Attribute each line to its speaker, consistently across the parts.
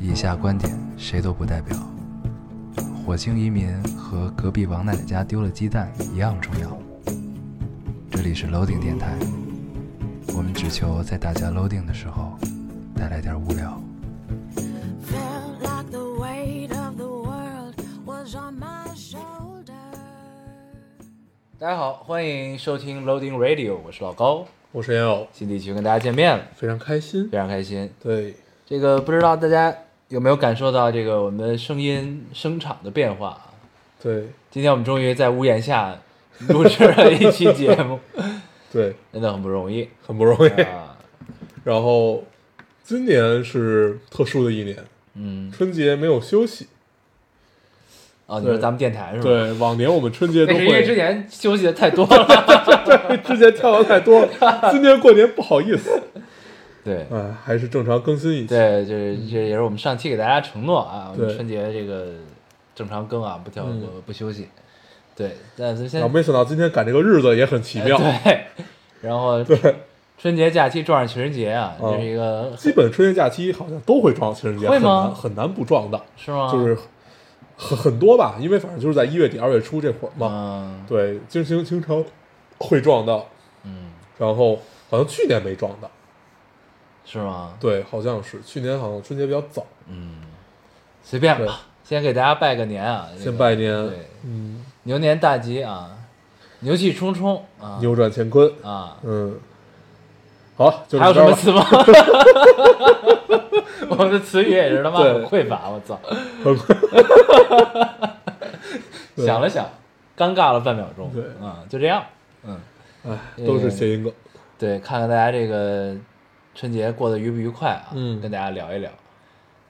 Speaker 1: 以下观点谁都不代表。火星移民和隔壁王奶奶家丢了鸡蛋一样重要。这里是 Loading 电台，我们只求在大家 Loading 的时候带来点无聊。
Speaker 2: Felt like the weight of the world was on my shoulders.
Speaker 3: 大家好，欢迎收听 Loading Radio，我是老高，
Speaker 4: 我是烟偶，
Speaker 3: 新地区跟大家见面了，
Speaker 4: 非常开心。
Speaker 3: 非常开心。
Speaker 4: 对，
Speaker 3: 这个不知道大家有没有感受到这个我们声音声场的变化啊？
Speaker 4: 对，
Speaker 3: 今天我们终于在屋檐下录制了一期节目，
Speaker 4: 对，
Speaker 3: 真的很不容易
Speaker 4: 很不容易。
Speaker 3: 啊。
Speaker 4: 然后，今年是特殊的一年，
Speaker 3: 嗯，
Speaker 4: 春节没有休息。
Speaker 3: 哦，你说
Speaker 4: 对
Speaker 3: 咱们电台是吧？，
Speaker 4: 对，往年我们春节都
Speaker 3: 那是因为之
Speaker 4: 会
Speaker 3: 前休息的太多 了。
Speaker 4: 之前跳的太多 了，今年过年不好意思，
Speaker 3: 对。
Speaker 4: 哎，还是正常更新一期。
Speaker 3: 对，这这也是我们上期给大家承诺啊，我们
Speaker 4: 对
Speaker 3: 春节这个正常更啊，不跳
Speaker 4: 嗯
Speaker 3: 不不休息。对，但是现在
Speaker 4: 然后没想到今天赶这个日子也很 奇妙，
Speaker 3: 哎对， 然后
Speaker 4: 对，
Speaker 3: 春节假期撞上情人节啊，
Speaker 4: 嗯
Speaker 3: 这是一个
Speaker 4: 基本春节假期好像都会撞情人节，
Speaker 3: 会
Speaker 4: 很
Speaker 3: 吗啊
Speaker 4: 难很难不撞到，
Speaker 3: 是吗？
Speaker 4: 就是很很多吧，因为反正就是在一月底二月初这会儿嘛，
Speaker 3: 嗯
Speaker 4: 对，经经经常会撞到，
Speaker 3: 嗯，
Speaker 4: 然后好像去年没撞到，
Speaker 3: 是吗？
Speaker 4: 对，好像是去年好像春节比较早，
Speaker 3: 嗯，随便
Speaker 4: 对
Speaker 3: 吧，先给大家拜个年啊，这个
Speaker 4: 先拜年
Speaker 3: 对，
Speaker 4: 嗯，
Speaker 3: 牛年大吉啊，牛气冲冲啊
Speaker 4: 扭转乾坤，
Speaker 3: 啊！
Speaker 4: 嗯，好，就
Speaker 3: 还有
Speaker 4: 这
Speaker 3: 什
Speaker 4: 么
Speaker 3: 么
Speaker 4: 着吧
Speaker 3: 词 吗？ 我们的词语也是他妈
Speaker 4: 对
Speaker 3: 很匮乏，我操！
Speaker 4: 哎对
Speaker 3: 想了想，尴尬了半秒钟，
Speaker 4: 对
Speaker 3: 啊，就这样，嗯，
Speaker 4: 哎，都是谐音梗，
Speaker 3: 对，看看大家这个春节过得愉不愉快啊，
Speaker 4: 嗯
Speaker 3: 跟大家聊一聊。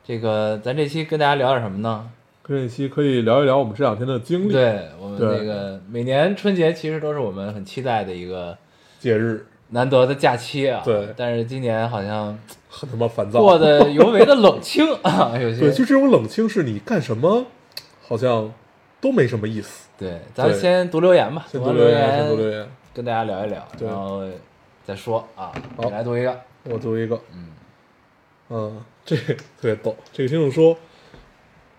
Speaker 3: 这个咱这期跟大家聊点什么呢？
Speaker 4: 跟这期可以聊一聊我们这两天的经历，
Speaker 3: 对我们
Speaker 4: 对
Speaker 3: 那个每年春节其实都是我们很期待的一个
Speaker 4: 节日
Speaker 3: 难得的假期啊，
Speaker 4: 对
Speaker 3: 但是今年好像
Speaker 4: 很他妈烦躁，
Speaker 3: 过得尤为的冷清啊，有
Speaker 4: 对，
Speaker 3: 些
Speaker 4: 就这种冷清是你干什么好像都没什么意思，
Speaker 3: 对，咱们
Speaker 4: 对
Speaker 3: 先读留言吧，
Speaker 4: 先
Speaker 3: 读完
Speaker 4: 读留言，先读留
Speaker 3: 言
Speaker 4: 言，
Speaker 3: 跟大家聊一聊，
Speaker 4: 对
Speaker 3: 然后再说啊。
Speaker 4: 好
Speaker 3: 你来读一个，
Speaker 4: 我读一个，
Speaker 3: 嗯
Speaker 4: 嗯，这个特别逗。这个听众说：“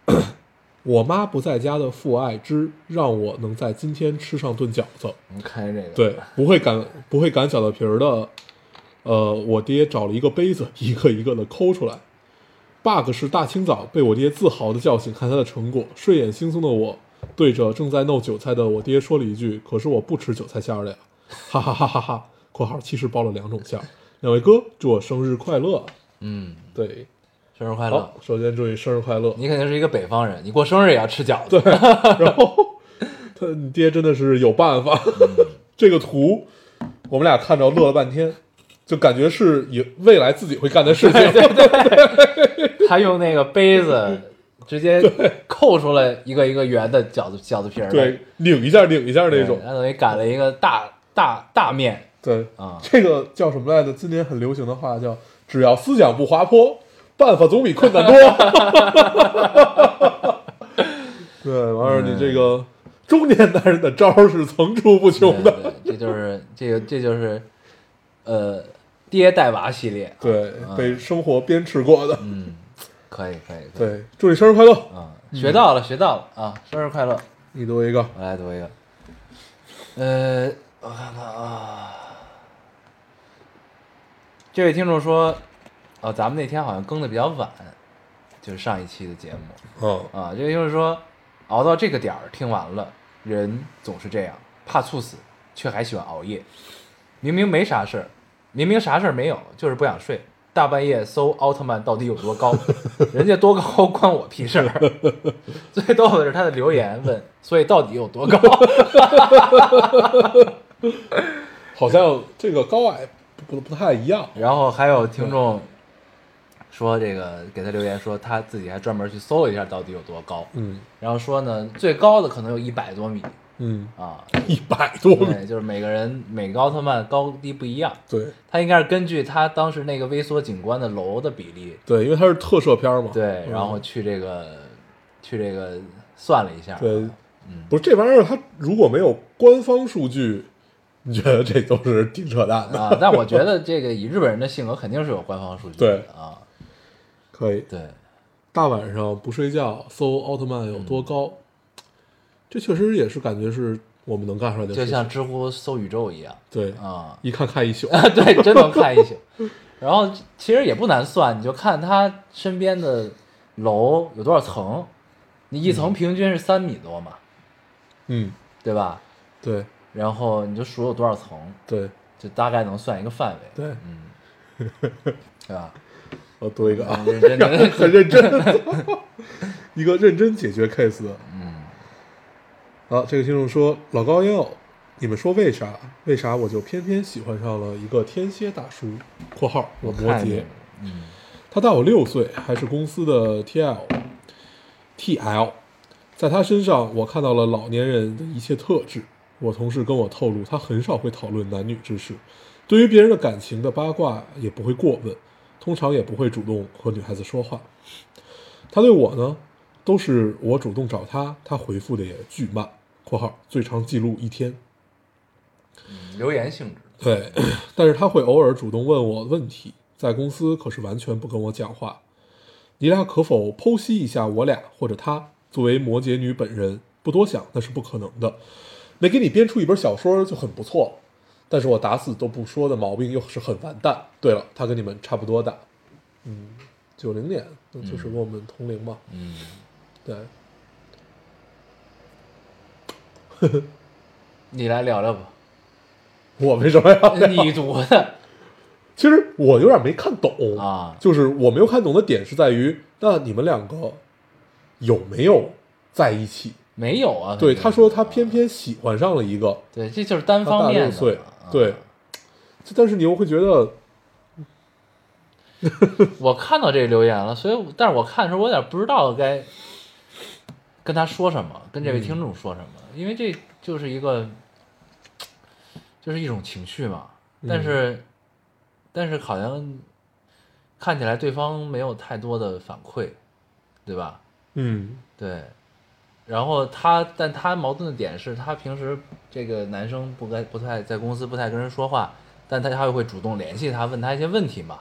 Speaker 4: 我妈不在家的父爱之，让我能在今天吃上顿饺子。
Speaker 3: 你看这个，
Speaker 4: 对，不会擀不会擀饺子皮儿的，呃，我爹找了一个杯子，一个一个的抠出来。bug 是大清早被我爹自豪的叫醒，看他的成果，睡眼惺忪的我对着正在弄韭菜的我爹说了一句：“可是我不吃韭菜馅儿的呀！”哈哈哈哈哈！（括号其实包了两种馅儿。）两位哥，祝我生日快乐！
Speaker 3: 嗯，
Speaker 4: 对，
Speaker 3: 生日快乐
Speaker 4: 好，！首先祝你生日快乐。
Speaker 3: 你肯定是一个北方人，你过生日也要吃饺子。
Speaker 4: 然后他你爹真的是有办法， 这个图我们俩看着乐了半天，就感觉是以未来自己会干的事情。
Speaker 3: 他用那个杯子直接扣出了一个一个圆的饺子饺子皮儿来，
Speaker 4: 对，拧一下拧一下
Speaker 3: 对，
Speaker 4: 那种。
Speaker 3: 他等于擀了一个大大大面
Speaker 4: 对，
Speaker 3: 啊，
Speaker 4: 这个叫什么来着？今年很流行的话叫“只要思想不滑坡，办法总比困难多” 。对，完事儿你这个中年男人的招儿是层出不
Speaker 3: 对
Speaker 4: 穷的。
Speaker 3: 对，这就是这个这就是呃爹带娃系列，
Speaker 4: 对
Speaker 3: 嗯，
Speaker 4: 被生活鞭笞过的。
Speaker 3: 嗯，可以可以可以，
Speaker 4: 对，祝你生日快乐！
Speaker 3: 啊，学到了学到了啊，生日快乐！
Speaker 4: 你读一个，
Speaker 3: 我来读一个，呃，我看看啊，这位听众说，哦，咱们那天好像更的比较晚，就是上一期的节目
Speaker 4: 嗯，
Speaker 3: 啊。这位听众说，熬到这个点儿听完了，人总是这样，怕猝死，却还喜欢熬夜。明明没啥事儿，明明啥事儿没有，就是不想睡。大半夜搜奥特曼到底有多高，人家多高关我屁事儿。 最逗的是他的留言问，所以到底有多高？
Speaker 4: 好像这个高矮不不太一样。
Speaker 3: 然后还有听众说这个给他留言说他自己还专门去搜了一下到底有多高，
Speaker 4: 嗯
Speaker 3: 然后说呢最高的可能有一百多米
Speaker 4: 嗯，
Speaker 3: 啊，
Speaker 4: 一百 多米，
Speaker 3: 对，就是每个人每个奥特曼高低不一样，
Speaker 4: 对
Speaker 3: 他应该是根据他当时那个微缩景观的楼的比例，
Speaker 4: 对，因为它是特摄片嘛。
Speaker 3: 对，然后
Speaker 4: 嗯
Speaker 3: 去这个去这个算了一下，
Speaker 4: 对，
Speaker 3: 嗯
Speaker 4: 不是这玩意儿，它如果没有官方数据，你觉得这都是挺扯淡的。
Speaker 3: 啊，但我觉得这个以日本人的性格肯定是有官方数据的
Speaker 4: 对
Speaker 3: 啊，
Speaker 4: 可以，
Speaker 3: 对，
Speaker 4: 大晚上不睡觉搜奥特曼有多高，这确实也是感觉是我们能干出来的事
Speaker 3: 就
Speaker 4: 情。
Speaker 3: 像知乎搜宇宙一样
Speaker 4: 对，、
Speaker 3: 啊
Speaker 4: 一看看一宿，
Speaker 3: 对，真能看一宿。然后其实也不难算，你就看它身边的楼有多少层，你一层平均是三米多嘛，
Speaker 4: 嗯，
Speaker 3: 对吧？
Speaker 4: 对
Speaker 3: 然后你就数有多少层，
Speaker 4: 对
Speaker 3: 就大概能算一个范围，
Speaker 4: 对，
Speaker 3: 嗯，对吧？
Speaker 4: 我读一个 啊，
Speaker 3: 认真的，
Speaker 4: 很认真，一个认真解决 case 的。
Speaker 3: 嗯，
Speaker 4: 好，这个听众说：“老高要，你们说为啥？为啥我就偏偏喜欢上了一个天蝎大叔（括号我摩
Speaker 3: 看
Speaker 4: 羯
Speaker 3: 见，）？嗯，
Speaker 4: 他大我六岁，还是公司的 TL。TL，在他身上我看到了老年人的一切特质。我同事跟我透露，他很少会讨论男女之事，对于别人的感情的八卦也不会过问，通常也不会主动和女孩子说话。他对我呢，都是我主动找他，他回复的也巨慢（括号最长记录一天）。
Speaker 3: 留言性质，
Speaker 4: 对， 但是他会偶尔主动问我问题，在公司可是完全不跟我讲话。你俩可否剖析一下我俩或者他？作为摩羯女本人，不多想那是不可能的。没给你编出一本小说就很不错了，但是我打死都不说的毛病又是很完蛋。对了，他跟你们差不多大，嗯，九零年，那就是跟我们同龄嘛。
Speaker 3: 嗯，
Speaker 4: 对，
Speaker 3: 你来聊聊 吧，
Speaker 4: 我为什么 要聊？
Speaker 3: 你读的
Speaker 4: 其实我有点没看懂
Speaker 3: 啊
Speaker 4: 就是我没有看懂的点是在于，那你们两个有没有在一起？
Speaker 3: 没有啊？
Speaker 4: 对，
Speaker 3: 肯定
Speaker 4: 他说他偏偏喜欢上了一个，
Speaker 3: 对，这就是单
Speaker 4: 他
Speaker 3: 方
Speaker 4: 大
Speaker 3: 面
Speaker 4: 六
Speaker 3: 的，
Speaker 4: 岁
Speaker 3: 啊，
Speaker 4: 对，这但是你又会觉得，
Speaker 3: 我看到这个留言了，所以我，但是我看的时候，我有点不知道该跟他说什么，跟这位听众说什么，因为这就是一个，就是一种情绪嘛。但是，但是好像看起来对方没有太多的反馈，对吧？
Speaker 4: 嗯
Speaker 3: 对。然后他，但他矛盾的点是他平时这个男生不该不太在公司不太跟人说话，但他他又会主动联系他，问他一些问题嘛，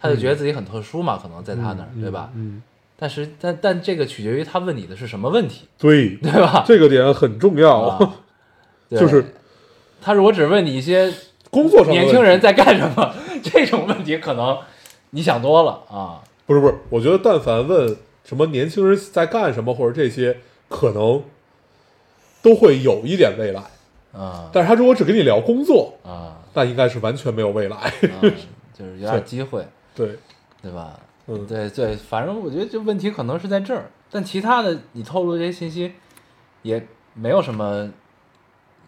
Speaker 3: 他就觉得自己很特殊嘛，可能在他那儿，
Speaker 4: 嗯
Speaker 3: 对吧？
Speaker 4: 嗯，
Speaker 3: 但是但但这个取决于他问你的是什么问题，
Speaker 4: 对，
Speaker 3: 对吧？
Speaker 4: 这个点很重要，
Speaker 3: 啊对
Speaker 4: 哦就是
Speaker 3: 他如果只问你一些
Speaker 4: 工作上的
Speaker 3: 年
Speaker 4: 问
Speaker 3: 轻
Speaker 4: 题
Speaker 3: 人在干什么 这种问题，可能你想多了啊。
Speaker 4: 不是不是，我觉得但凡问什么年轻人在干什么或者这些，可能都会有一点未来，
Speaker 3: 啊
Speaker 4: 但是他如果只跟你聊工作，
Speaker 3: 啊，
Speaker 4: 那应该是完全没有未来。
Speaker 3: 啊就是有点机会，
Speaker 4: 对，
Speaker 3: 对吧？
Speaker 4: 嗯，
Speaker 3: 对对，反正我觉得这问题可能是在这儿，但其他的你透露这些信息也没有什么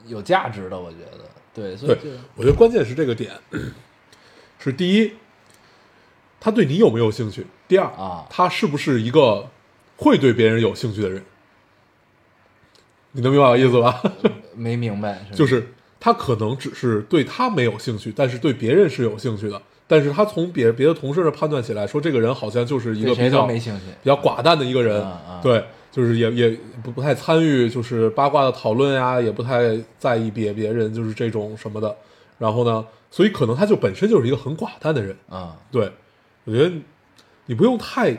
Speaker 3: 有价值的，我觉得。对，所以
Speaker 4: 对
Speaker 3: 就，
Speaker 4: 我觉得关键是这个点， 是第一，他对你有没有兴趣；第二
Speaker 3: 啊
Speaker 4: 他是不是一个会对别人有兴趣的人？你能明白我意思吧？
Speaker 3: 嗯没明白，
Speaker 4: 就是是他可能只是对他没有兴趣，但是对别人是有兴趣的。但是他从别别的同事那判断起来，说这个人好像就是一
Speaker 3: 对
Speaker 4: 个
Speaker 3: 谁
Speaker 4: 比
Speaker 3: 都
Speaker 4: 较
Speaker 3: 没兴趣，
Speaker 4: 比较寡淡的一个人，
Speaker 3: 啊啊
Speaker 4: 对，就是也也不不太参与，就是八卦的讨论呀、也不太在意别别人就是这种什么的。然后呢，所以可能他就本身就是一个很寡淡的人，
Speaker 3: 嗯
Speaker 4: 对，我觉得你不用太，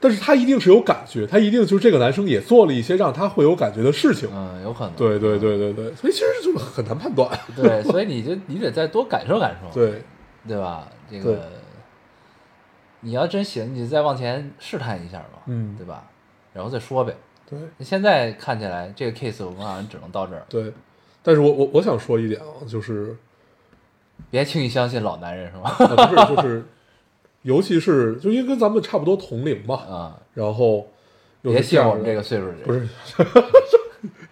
Speaker 4: 但是他一定是有感觉，他一定就是这个男生也做了一些让他会有感觉的事情，
Speaker 3: 嗯，有可能。
Speaker 4: 对对对对对，所以其实就是很难判断，
Speaker 3: 对，所以你就你得再多感受感受，
Speaker 4: 对
Speaker 3: 对吧？这
Speaker 4: 对
Speaker 3: 个你要真行，你再往前试探一下嘛，
Speaker 4: 嗯
Speaker 3: 对吧？然后再说呗。
Speaker 4: 对
Speaker 3: 现在看起来这个 case 我们好像只能到这儿，
Speaker 4: 对。但是我我我想说一点啊，就是
Speaker 3: 别轻易相信老男人是 吧？
Speaker 4: 啊，不是，就是，尤其是就因为跟咱们差不多同龄嘛，
Speaker 3: 啊、
Speaker 4: 然后
Speaker 3: 别
Speaker 4: 又是这
Speaker 3: 信
Speaker 4: 样
Speaker 3: 我们
Speaker 4: 的
Speaker 3: 这个岁数的人，
Speaker 4: 不是，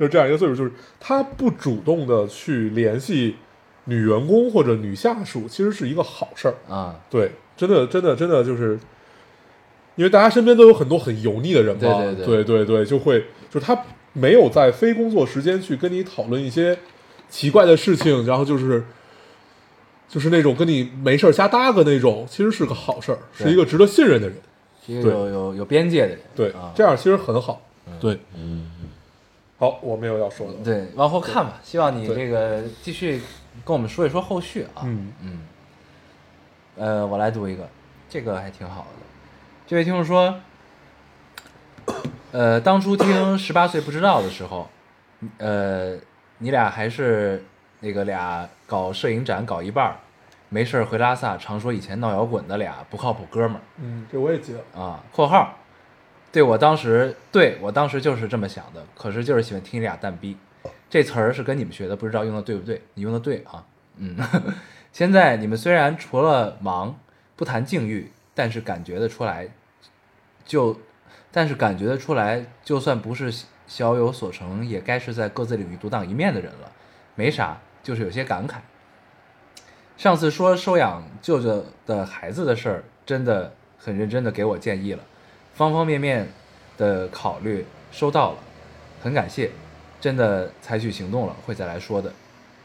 Speaker 4: 就是这样一个岁数，就是他不主动的去联系女员工或者女下属，其实是一个好事儿。
Speaker 3: 啊、
Speaker 4: 对，真的，真的，真的就是，因为大家身边都有很多很油腻的人嘛，
Speaker 3: 对对
Speaker 4: 对
Speaker 3: 对
Speaker 4: 对对就会就是他没有在非工作时间去跟你讨论一些奇怪的事情，然后就是就是那种跟你没事儿瞎搭个那种，其实是个好事儿，
Speaker 3: 对
Speaker 4: 是一个值得信任的人，
Speaker 3: 是一个
Speaker 4: 对
Speaker 3: 有有有边界的人，
Speaker 4: 对，
Speaker 3: 啊，嗯
Speaker 4: 这样其实很好，对，好，我没有要说的，
Speaker 3: 对，往后看吧，希望你
Speaker 4: 对
Speaker 3: 这个继续跟我们说一说后续啊，
Speaker 4: 嗯
Speaker 3: 嗯，呃，我来读一个，这个还挺好的，这位听众说，呃，当初听《十八岁不知道》的时候，呃，你俩还是那个俩搞摄影展搞一半儿，没事儿回拉萨，常说以前闹摇滚的俩不靠谱哥们儿
Speaker 4: 嗯，这我也记得。
Speaker 3: 啊。（括号）对我当时，对我当时就是这么想的，可是就是喜欢听你俩蛋逼。这词儿是跟你们学的，不知道用的对不对？你用的对啊，嗯。 现在你们虽然除了忙不谈境遇，但是感觉得出来，就但是感觉得出来，就算不是小有所成，也该是在各自领域独当一面的人了。没啥，就是有些感慨。上次说收养舅舅的孩子的事儿，真的很认真的给我建议了，方方面面的考虑收到了，很感谢，真的采取行动了，会再来说的。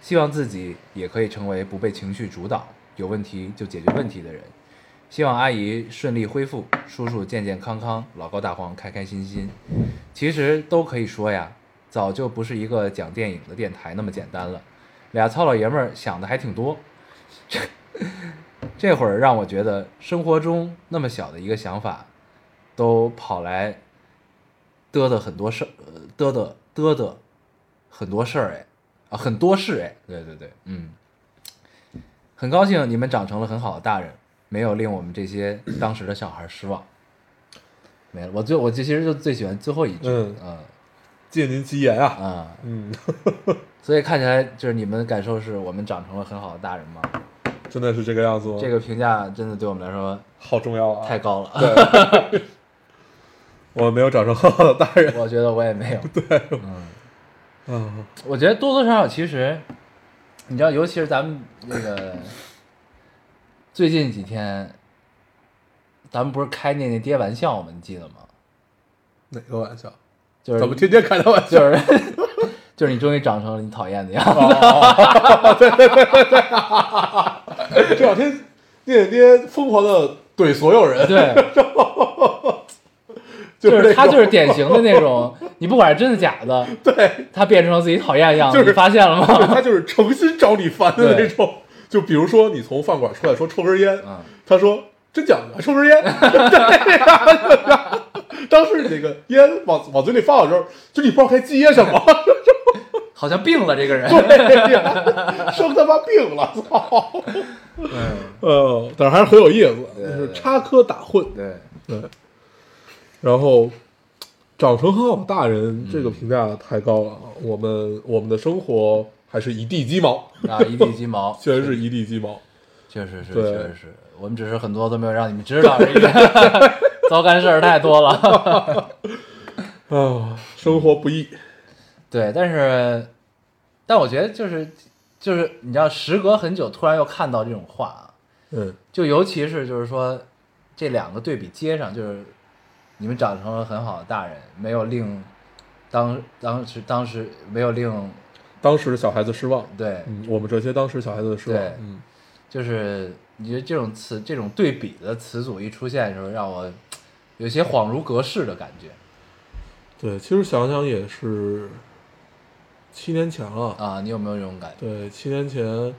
Speaker 3: 希望自己也可以成为不被情绪主导、有问题就解决问题的人。希望阿姨顺利恢复，叔叔健健康康，老高大黄开开心心。其实都可以说呀，早就不是一个讲电影的电台那么简单了。俩糙老爷们儿想的还挺多，这这会儿让我觉得生活中那么小的一个想法，都跑来嘚嘚很多事儿，呃嘚嘚嘚嘚很多事儿哎，啊很多事哎，对对对，嗯，很高兴你们长成了很好的大人，没有令我们这些当时的小孩失望。没了，我最我其实就最喜欢最后一句，
Speaker 4: 嗯
Speaker 3: 嗯
Speaker 4: 借您吉言啊。
Speaker 3: 啊、
Speaker 4: 嗯，
Speaker 3: 所以看起来就是你们的感受是我们长成了很好的大人吗？
Speaker 4: 真的是这个样子吗？
Speaker 3: 这个评价真的对我们来说
Speaker 4: 好重要啊！
Speaker 3: 太高了，
Speaker 4: 我没有长成好好的 大人
Speaker 3: 我觉得我也没 有。嗯
Speaker 4: 啊。
Speaker 3: 我觉得多多少少其实，你知道，尤其是咱们那个最近几天，咱们不是开那那爹玩笑吗？你记得吗？
Speaker 4: 哪个玩笑？
Speaker 3: 就是
Speaker 4: 怎么天天开他玩
Speaker 3: 就
Speaker 4: 笑？
Speaker 3: 是 就是你终于长成了你讨厌的样
Speaker 4: 啊
Speaker 3: 子。
Speaker 4: 这两天聂聂疯狂的怼所有人，
Speaker 3: 对，
Speaker 4: 就
Speaker 3: 就是
Speaker 4: 那
Speaker 3: 他
Speaker 4: 种
Speaker 3: 就是典型的那种，你不管是真的假的，
Speaker 4: 对，
Speaker 3: 他变成了自己讨厌的样子，
Speaker 4: 就是
Speaker 3: 你发现了吗？
Speaker 4: 他就是诚心找你烦的
Speaker 3: 对
Speaker 4: 那种。就比如说你从饭馆出来说抽根烟
Speaker 3: 嗯，
Speaker 4: 他说真讲究，抽根烟。 对呀当时你那个烟往往嘴里放的时候，就你不知道该接什么，
Speaker 3: 好像病了这个人。
Speaker 4: 对呀生他妈病了，操！
Speaker 3: 嗯
Speaker 4: 呃，但是还是很有意思，就是插科打诨。
Speaker 3: 对，
Speaker 4: 对，然后长成很好的大人这个评价太高了，我们我们的生活还是一地鸡毛，
Speaker 3: 啊，一地鸡毛，
Speaker 4: 全是一地鸡毛。
Speaker 3: 确实是，
Speaker 4: 对
Speaker 3: 确实是，我们只是很多都没有让你们知道而已。 糟干事儿太多了，
Speaker 4: 啊，生活不易，
Speaker 3: 对，但是，但我觉得就是就是，你知道，时隔很久，突然又看到这种话啊，
Speaker 4: 嗯，
Speaker 3: 就尤其是就是说，这两个对比接上，就是你们长成了很好的大人，没有令当当时当时没有令
Speaker 4: 当时的小孩子失望，
Speaker 3: 对，
Speaker 4: 嗯，我们这些当时小孩子的失望
Speaker 3: 对，
Speaker 4: 嗯，
Speaker 3: 就是你觉得这种词这种对比的词组一出现的时候，让我有些恍如隔世的感觉
Speaker 4: 对，其实想想也是七年前了，
Speaker 3: 啊，你有没有这种感觉？
Speaker 4: 对，七年前，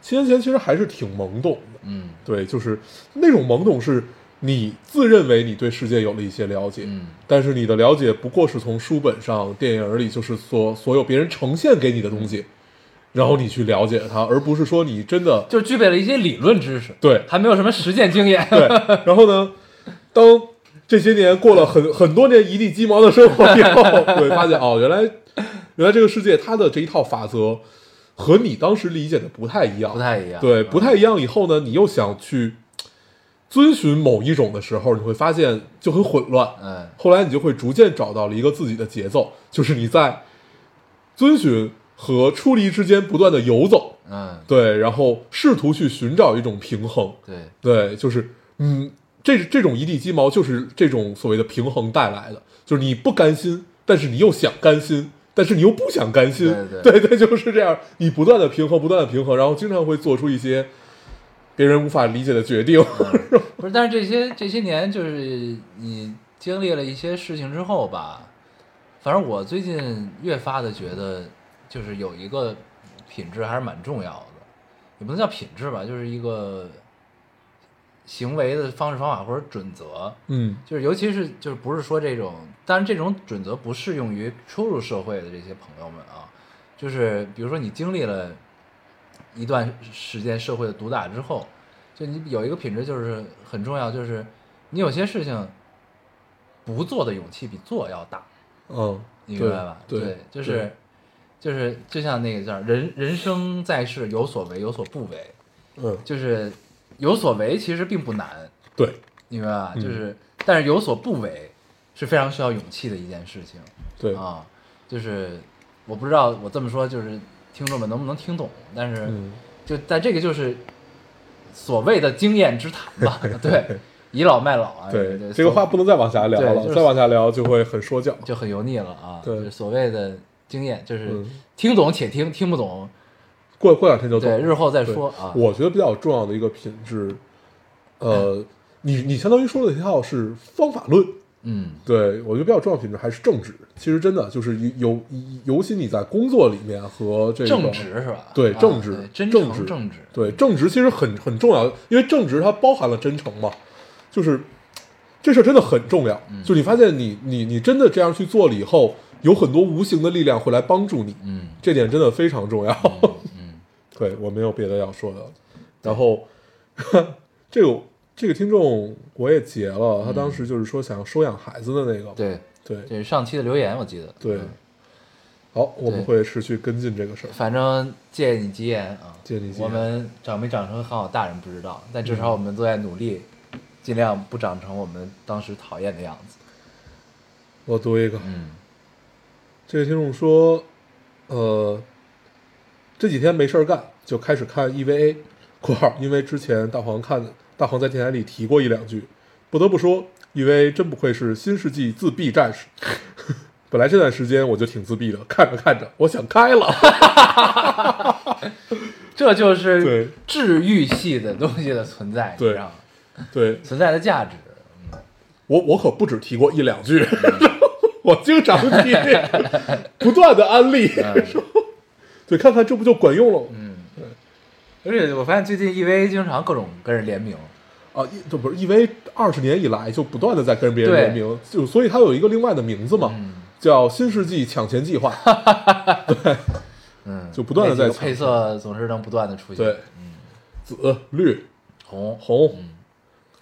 Speaker 4: 七年前其实还是挺懵懂的，
Speaker 3: 嗯
Speaker 4: 对，就是那种懵懂是你自认为你对世界有了一些了解，
Speaker 3: 嗯，
Speaker 4: 但是你的了解不过是从书本上、电影里，就是所所有别人呈现给你的东西，然后你去了解它，而不是说你真的
Speaker 3: 就是具备了一些理论知识，
Speaker 4: 对
Speaker 3: 还没有什么实践经验。
Speaker 4: 对。然后呢，当这些年过了很很多年一地鸡毛的生活以后， 对，发现哦，原来原来这个世界它的这一套法则和你当时理解的不太一样，
Speaker 3: 不太一样
Speaker 4: 对，
Speaker 3: 嗯
Speaker 4: 不太一样。以后呢，你又想去遵循某一种的时候，你会发现就很混乱，
Speaker 3: 嗯
Speaker 4: 后来你就会逐渐找到了一个自己的节奏，就是你在遵循和出离之间不断的游走，
Speaker 3: 嗯，
Speaker 4: 对，然后试图去寻找一种平衡，
Speaker 3: 对，
Speaker 4: 对，就是嗯，这这种一地鸡毛就是这种所谓的平衡带来的，就是你不甘心，但是你又想甘心，但是你又不想甘心，
Speaker 3: 对
Speaker 4: 对就是这样，你不断的平衡，不断的平衡，然后经常会做出一些别人无法理解的决定，
Speaker 3: 不是，但是这些这些年，就是你经历了一些事情之后吧，反正我最近越发的觉得，就是有一个品质还是蛮重要的，也不能叫品质吧，就是一个行为的方式方法或者准则，
Speaker 4: 嗯
Speaker 3: 就是尤其是就是不是说这种，当然这种准则不适用于初入社会的这些朋友们啊，就是比如说你经历了一段时间社会的毒打之后，就你有一个品质就是很重要，就是你有些事情不做的勇气比做要大，
Speaker 4: 嗯，
Speaker 3: 你
Speaker 4: 对
Speaker 3: 明白吧？
Speaker 4: 对，
Speaker 3: 就是就是就像那个叫人人生在世有所为有所不为，
Speaker 4: 对嗯
Speaker 3: 就是有所为其实并不难，
Speaker 4: 对
Speaker 3: 你明白吧？
Speaker 4: 嗯
Speaker 3: 就是，但是有所不为是非常需要勇气的一件事情
Speaker 4: 对，
Speaker 3: 啊。就是我不知道我这么说，就是听众们能不能听懂，但是
Speaker 4: 嗯
Speaker 3: 就在这个就是所谓的经验之谈 吧，对，倚老卖老啊，
Speaker 4: 对，这
Speaker 3: 所
Speaker 4: 个话不能再往下聊
Speaker 3: 对就
Speaker 4: 了，
Speaker 3: 是
Speaker 4: 再往下聊就会很说教。
Speaker 3: 就很油腻了啊。
Speaker 4: 对
Speaker 3: 就是所谓的经验，就是
Speaker 4: 嗯
Speaker 3: 听懂且听，听不懂
Speaker 4: 过过两天就懂
Speaker 3: 对，
Speaker 4: 了，
Speaker 3: 日后再
Speaker 4: 对
Speaker 3: 说啊。
Speaker 4: 我觉得比较重要的一个品质，呃，你你相当于说的一套是方法论，
Speaker 3: 嗯，
Speaker 4: 对我觉得比较重要的品质还是正直。其实真的就是尤尤尤其你在工作里面和这个
Speaker 3: 正直是吧？
Speaker 4: 对
Speaker 3: 啊
Speaker 4: 正直
Speaker 3: 真
Speaker 4: 正
Speaker 3: 诚
Speaker 4: 直
Speaker 3: 正直，
Speaker 4: 对正直其实很很重要，因为正直它包含了真诚嘛，就是这事儿真的很重要。
Speaker 3: 嗯
Speaker 4: 就你发现你你你真的这样去做了以后，有很多无形的力量会来帮助你，
Speaker 3: 嗯
Speaker 4: 这点真的非常重要。
Speaker 3: 嗯，
Speaker 4: 对我没有别的要说的了。然后这个这个听众我也截了，他当时就是说想要收养孩子的那个，
Speaker 3: 对，
Speaker 4: 对
Speaker 3: 这是上期的留言，我记得
Speaker 4: 对
Speaker 3: 嗯。
Speaker 4: 好，我们
Speaker 3: 对
Speaker 4: 会持续跟进这个事儿。
Speaker 3: 反正借你吉言嗯啊，
Speaker 4: 借你吉言
Speaker 3: 我们长没长成很好大人不知道，但至少我们都在努力，尽量不长成我们当时讨厌的样子。
Speaker 4: 我读一个，
Speaker 3: 嗯
Speaker 4: 这个听众说，呃，这几天没事儿干，就开始看 EVA（括号因为之前大黄看大黄在电台里提过一两句，不得不说 EVA 真不愧是新世纪自闭战士。 本来这段时间我就挺自闭的，看着看着我想开了。
Speaker 3: 这就是
Speaker 4: 对
Speaker 3: 治愈系的东西的存在，
Speaker 4: 对
Speaker 3: 你知道吗？
Speaker 4: 对
Speaker 3: 存在的价值。
Speaker 4: 我我可不只提过一两句， 我经常提，不断的安利，说 对，看看这不就管用了吗？
Speaker 3: 而且我发现最近 EVA 经常各种跟人联名，
Speaker 4: 啊，一这不是因为二十年以来就不断的在跟别人
Speaker 3: 对
Speaker 4: 联名，就所以它有一个另外的名字嘛，叫“新世纪抢钱计 划
Speaker 3: 嗯，
Speaker 4: 就不断地在
Speaker 3: 那几个配嗯色总是能不断的出”，现，
Speaker 4: 对，紫、绿、
Speaker 3: 红
Speaker 4: 红、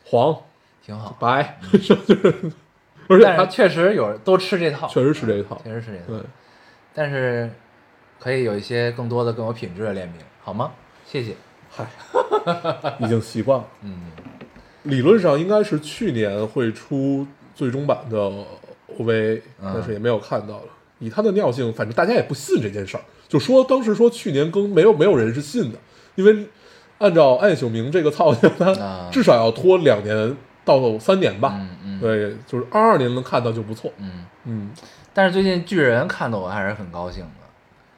Speaker 4: 黄、
Speaker 3: 挺好，
Speaker 4: 白，
Speaker 3: 嗯
Speaker 4: 就是，而且
Speaker 3: 但
Speaker 4: 它
Speaker 3: 是确实有人都吃这套，
Speaker 4: 确实吃这一套
Speaker 3: 确，实是这样。
Speaker 4: 对，
Speaker 3: 但是可以有一些更多的更有品质的联名，好吗？谢谢。
Speaker 4: 嗨，已经习惯了。
Speaker 3: 嗯，
Speaker 4: 理论上应该是去年会出最终版的 OVA，
Speaker 3: 嗯
Speaker 4: 但是也没有看到了。以他的尿性，反正大家也不信这件事儿，就说当时说去年更没有没有人是信的，因为按照岸秀明这个操性，他
Speaker 3: 啊
Speaker 4: 至少要拖两年到三年吧。
Speaker 3: 嗯嗯
Speaker 4: 对，就是二二年能看到就不错。
Speaker 3: 嗯，
Speaker 4: 嗯，
Speaker 3: 但是最近巨人看的我还是很高兴的，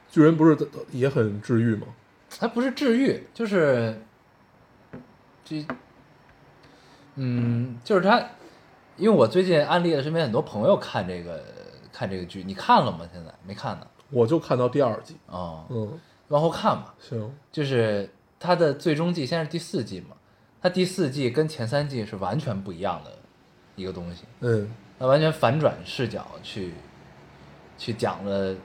Speaker 4: 巨人不是也很治愈吗？
Speaker 3: 它不是治愈，就是这，嗯，就是它，因为我最近安利了身边很多朋友看这个看这个剧，你看了吗？现在没看呢。
Speaker 4: 我就看到第二季。
Speaker 3: 哦，
Speaker 4: 嗯，
Speaker 3: 往后看吧。
Speaker 4: 行，
Speaker 3: 就是它的最终季，现在是第四季嘛，它第四季跟前三季是完全不一样的一个东西。
Speaker 4: 嗯
Speaker 3: 他完全反转视角去去讲了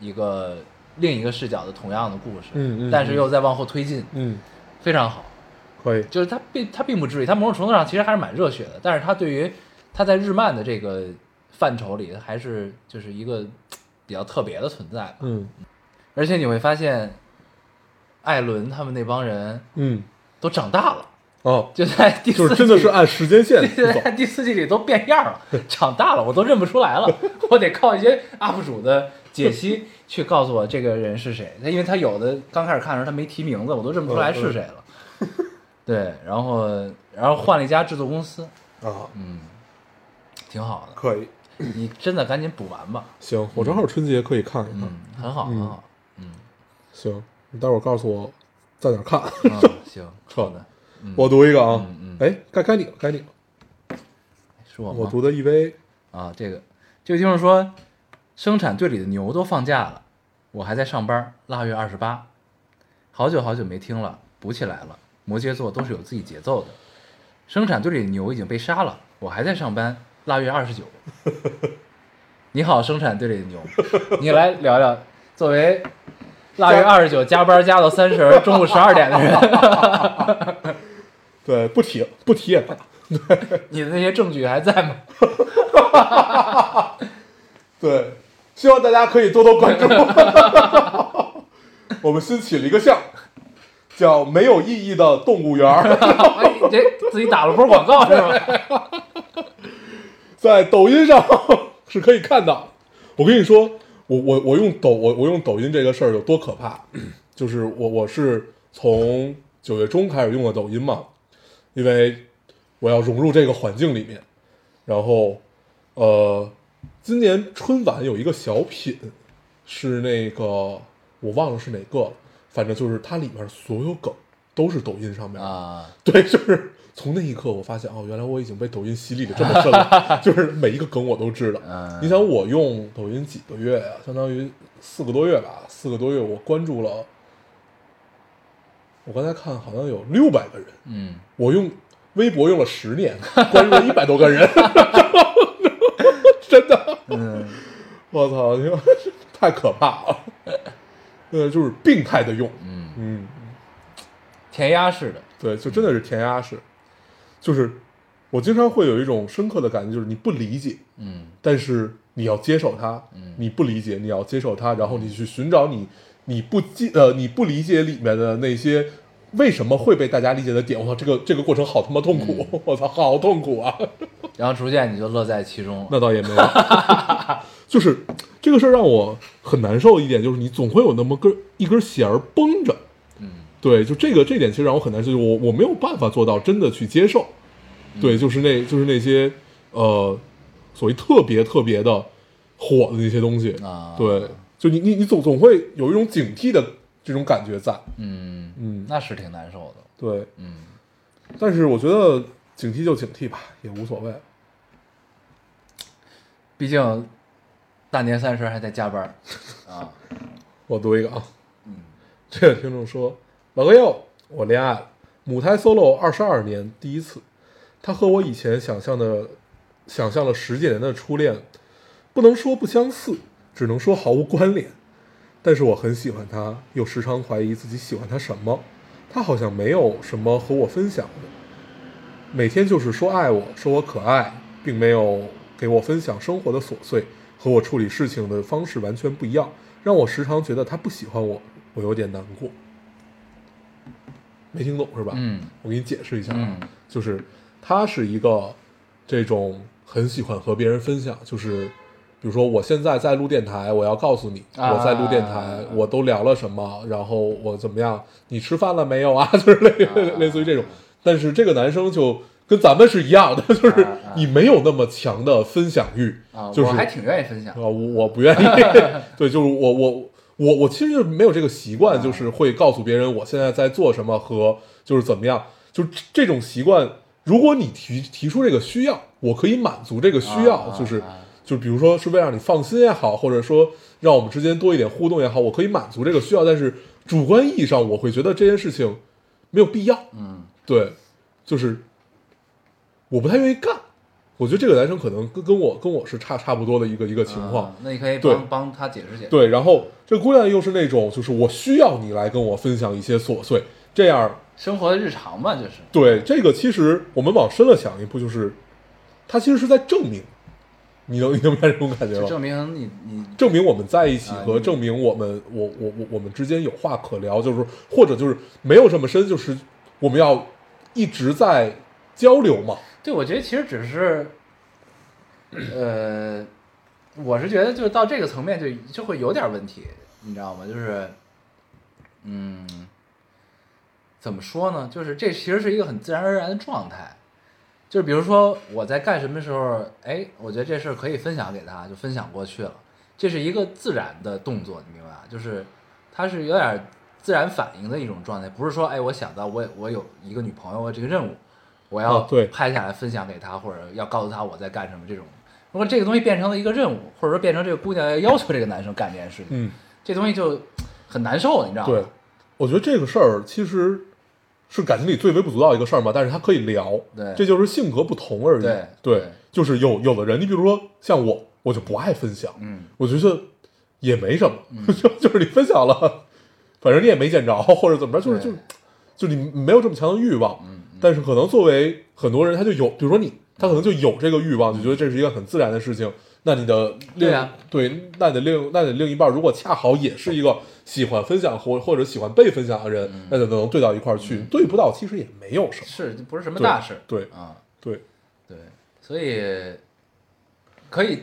Speaker 3: 一个另一个视角的同样的故事，
Speaker 4: 嗯嗯
Speaker 3: 但是又在往后推进，
Speaker 4: 嗯，
Speaker 3: 非常好。
Speaker 4: 可以。
Speaker 3: 就是他并他并不至于，他某种程度上其实还是蛮热血的，但是他对于他在日漫的这个范畴里，还是就是一个比较特别的存在吧。
Speaker 4: 嗯
Speaker 3: 而且你会发现，艾伦他们那帮人
Speaker 4: 嗯
Speaker 3: 都长大了，
Speaker 4: 哦，
Speaker 3: 就在第四季
Speaker 4: 就是真的是按时间线
Speaker 3: 对
Speaker 4: 走
Speaker 3: 对，。第四季里都变样了，长大了，我都认不出来 了。我得靠一些 UP 主的解析去告诉我这个人是谁。他因为他有的刚开始看的时候他没提名字，我都认不出来是谁了。嗯 对，然后然后换了一家制作公司，
Speaker 4: 啊，
Speaker 3: 挺好的。
Speaker 4: 可以。
Speaker 3: 你真的赶紧补完吧，
Speaker 4: 行，我正好春节可以看一看。
Speaker 3: 嗯，很好很好。
Speaker 4: 行，你待会儿告诉我在哪儿看。
Speaker 3: 嗯， 行，好的，
Speaker 4: 我读一个啊
Speaker 3: 嗯嗯，
Speaker 4: 哎、该该你了，该你了。
Speaker 3: 是我
Speaker 4: 我
Speaker 3: 吗？
Speaker 4: 读的 EVA，
Speaker 3: 啊，这个这个听众说，生产队里的牛都放假了，我还在上班，腊月二十八，好久好久没听了，补起来了。摩羯座都是有自己节奏的，生产队里的牛已经被杀了，我还在上班。腊月二十九， 你好，生产队里的牛，你来聊聊，作为腊月二十九加班加到三十，中午十二点的人，
Speaker 4: 对，不提不提也罢。
Speaker 3: 你的那些证据还在吗？
Speaker 4: 对，希望大家可以多多 关注。我们新起了一个项，叫“没有意义的动物园儿
Speaker 3: 哎，你这自己打了波广告是吧？”，
Speaker 4: 在抖音上 是可以看到。我跟你说，我我我用抖我我用抖音这个事儿有多可怕， 就是我我是从九月中开始用的抖音嘛，因为我要融入这个环境里面。然后，呃，今年春晚有一个小品，是那个我忘了是哪个了，反正就是它里面所有梗都是抖音上面的
Speaker 3: 啊，
Speaker 4: 对，就是从那一刻我发现哦，原来我已经被抖音洗礼的这么深了， 就是每一个梗我都知道。
Speaker 3: 嗯
Speaker 4: 你想我用抖音几个月呀、相当于四个多月吧，四个多月我关注了，我刚才看好像有六百个人，
Speaker 3: 嗯，
Speaker 4: 我用微博用了十年，关注了一百多个人，真的，
Speaker 3: 嗯，
Speaker 4: 我操，你说 太可怕了， 呃，就是病态的用，
Speaker 3: 嗯
Speaker 4: 嗯。
Speaker 3: 填鸭式的，
Speaker 4: 对，就真的是填鸭式，就是我经常会有一种深刻的感觉，就是你不理解，
Speaker 3: 嗯
Speaker 4: 但是你要接受它，你不理解，你要接受它，然后你去寻找你你不接呃你不理解里面的那些为什么会被大家理解的点。我操，这个这个过程好他妈痛苦， 我操，好痛苦啊！
Speaker 3: 然后逐渐你就乐在其中了。
Speaker 4: 那倒也没有， 就是这个事儿让我很难受一点，就是你总会有那么根一根弦儿绷着。
Speaker 3: 嗯
Speaker 4: 对，就这个这点其实让我很难受，就是我我没有办法做到真的去接受。
Speaker 3: 嗯
Speaker 4: 对，就是那就是那些呃所谓特别特别的火的那些东西
Speaker 3: 啊
Speaker 4: 对，就你你你总总会有一种警惕的这种感觉在。
Speaker 3: 嗯，
Speaker 4: 嗯，
Speaker 3: 那是挺难受的。
Speaker 4: 对，
Speaker 3: 嗯，
Speaker 4: 但是我觉得警惕就警惕吧，也无所谓。
Speaker 3: 毕竟大年三十还在加班儿啊。
Speaker 4: 我读一个啊，这个听众说：“老哥哟，我恋爱了，母胎 solo 二十二年，第一次，他和我以前想象的，想象了十几年的初恋，不能说不相似，只能说毫无关联。但是我很喜欢他，又时常怀疑自己喜欢他什么，他好像没有什么和我分享的，每天就是说爱我，说我可爱，并没有给我分享生活的琐碎，和我处理事情的方式完全不一样，让我时常觉得他不喜欢我，我有点难过。没听懂是吧？
Speaker 3: 嗯，
Speaker 4: 我给你解释一下啊，
Speaker 3: 嗯
Speaker 4: 就是他是一个这种很喜欢和别人分享，就是比如说我现在在录电台，我要告诉你
Speaker 3: 啊
Speaker 4: 我在录电台，我都聊了什么，然后我怎么样，你吃饭了没有啊？ 就是类、类似于这种。但是这个男生就跟咱们是一样的，就是
Speaker 3: 啊啊
Speaker 4: 你没有那么强的分享欲
Speaker 3: 啊，
Speaker 4: 嗯就是
Speaker 3: 我还挺愿意分享
Speaker 4: 啊，。我我 不愿意。对，就是我我我我其实没有这个习惯，就是会告诉别人我现在在做什么和就是怎么样，就是这这种习惯。如果你提提出这个需要，我可以满足这个需要，
Speaker 3: 啊
Speaker 4: 就是
Speaker 3: 啊
Speaker 4: 就比如说是为了让你放心也好，或者说让我们之间多一点互动也好，我可以满足这个需要。但是主观意义上，我会觉得这件事情没有必要。
Speaker 3: 嗯
Speaker 4: 对，就是我不太愿意干。我觉得这个男生可能跟跟我跟我是差差不多的一个一个情况。
Speaker 3: 啊那你可以
Speaker 4: 对
Speaker 3: 帮帮他解释解释。
Speaker 4: 对，然后这姑娘又是那种，就是我需要你来跟我分享一些琐碎，这样
Speaker 3: 生活的日常嘛，就是。
Speaker 4: 对这个其实我们往深了想一步，就是他其实是在证明，你能你能明白这种感觉
Speaker 3: 就证
Speaker 4: 吗？
Speaker 3: 明你你
Speaker 4: 证明我们在一起
Speaker 3: 啊
Speaker 4: 和
Speaker 3: 你
Speaker 4: 证明我们我我我我们之间有话可聊，就是或者就是没有这么深，就是我们要一直在交流嘛。
Speaker 3: 对，我觉得其实只是，呃，我是觉得就是到这个层面就就会有点问题，你知道吗？就是，嗯，怎么说呢？就是这其实是一个很自然而然的状态。就是比如说我在干什么时候，哎，我觉得这事儿可以分享给他，就分享过去了。这是一个自然的动作，你明白吧？就是它是有点自然反应的一种状态，不是说哎，我想到我我有一个女朋友，我有这个任务，我要
Speaker 4: 啊对
Speaker 3: 拍下来分享给她，或者要告诉她我在干什么这种。如果这个东西变成了一个任务，或者说变成这个姑娘要要求这个男生干这件事情，
Speaker 4: 嗯，
Speaker 3: 这东西就很难受，你知道吗？
Speaker 4: 对，我觉得这个事儿其实是感情里最微不足道的一个事儿嘛，但是它可以聊，
Speaker 3: 对
Speaker 4: 这就是性格不同而已。
Speaker 3: 对
Speaker 4: 对
Speaker 3: 对
Speaker 4: 就是有有的人，你比如说像我，我就不爱分享，
Speaker 3: 嗯，
Speaker 4: 我觉得也没什么， 就就是你分享了，反正你也没见着， 或者怎么着，就是
Speaker 3: 对嗯
Speaker 4: 就是就你没有这么强的欲望，但是可能作为很多人，他就有，比如说你，他可能就有这个欲望，就觉得这是一个很自然的事情。那你的另
Speaker 3: 对啊
Speaker 4: 对，那你的另那你的另一半如果恰好也是一个喜欢分享或或者喜欢被分享的人，
Speaker 3: 嗯
Speaker 4: 那就能对到一块儿去。对不到其实也没有什么
Speaker 3: 是嗯不是什么大事？
Speaker 4: 对
Speaker 3: 啊，
Speaker 4: 对
Speaker 3: 对，所以可以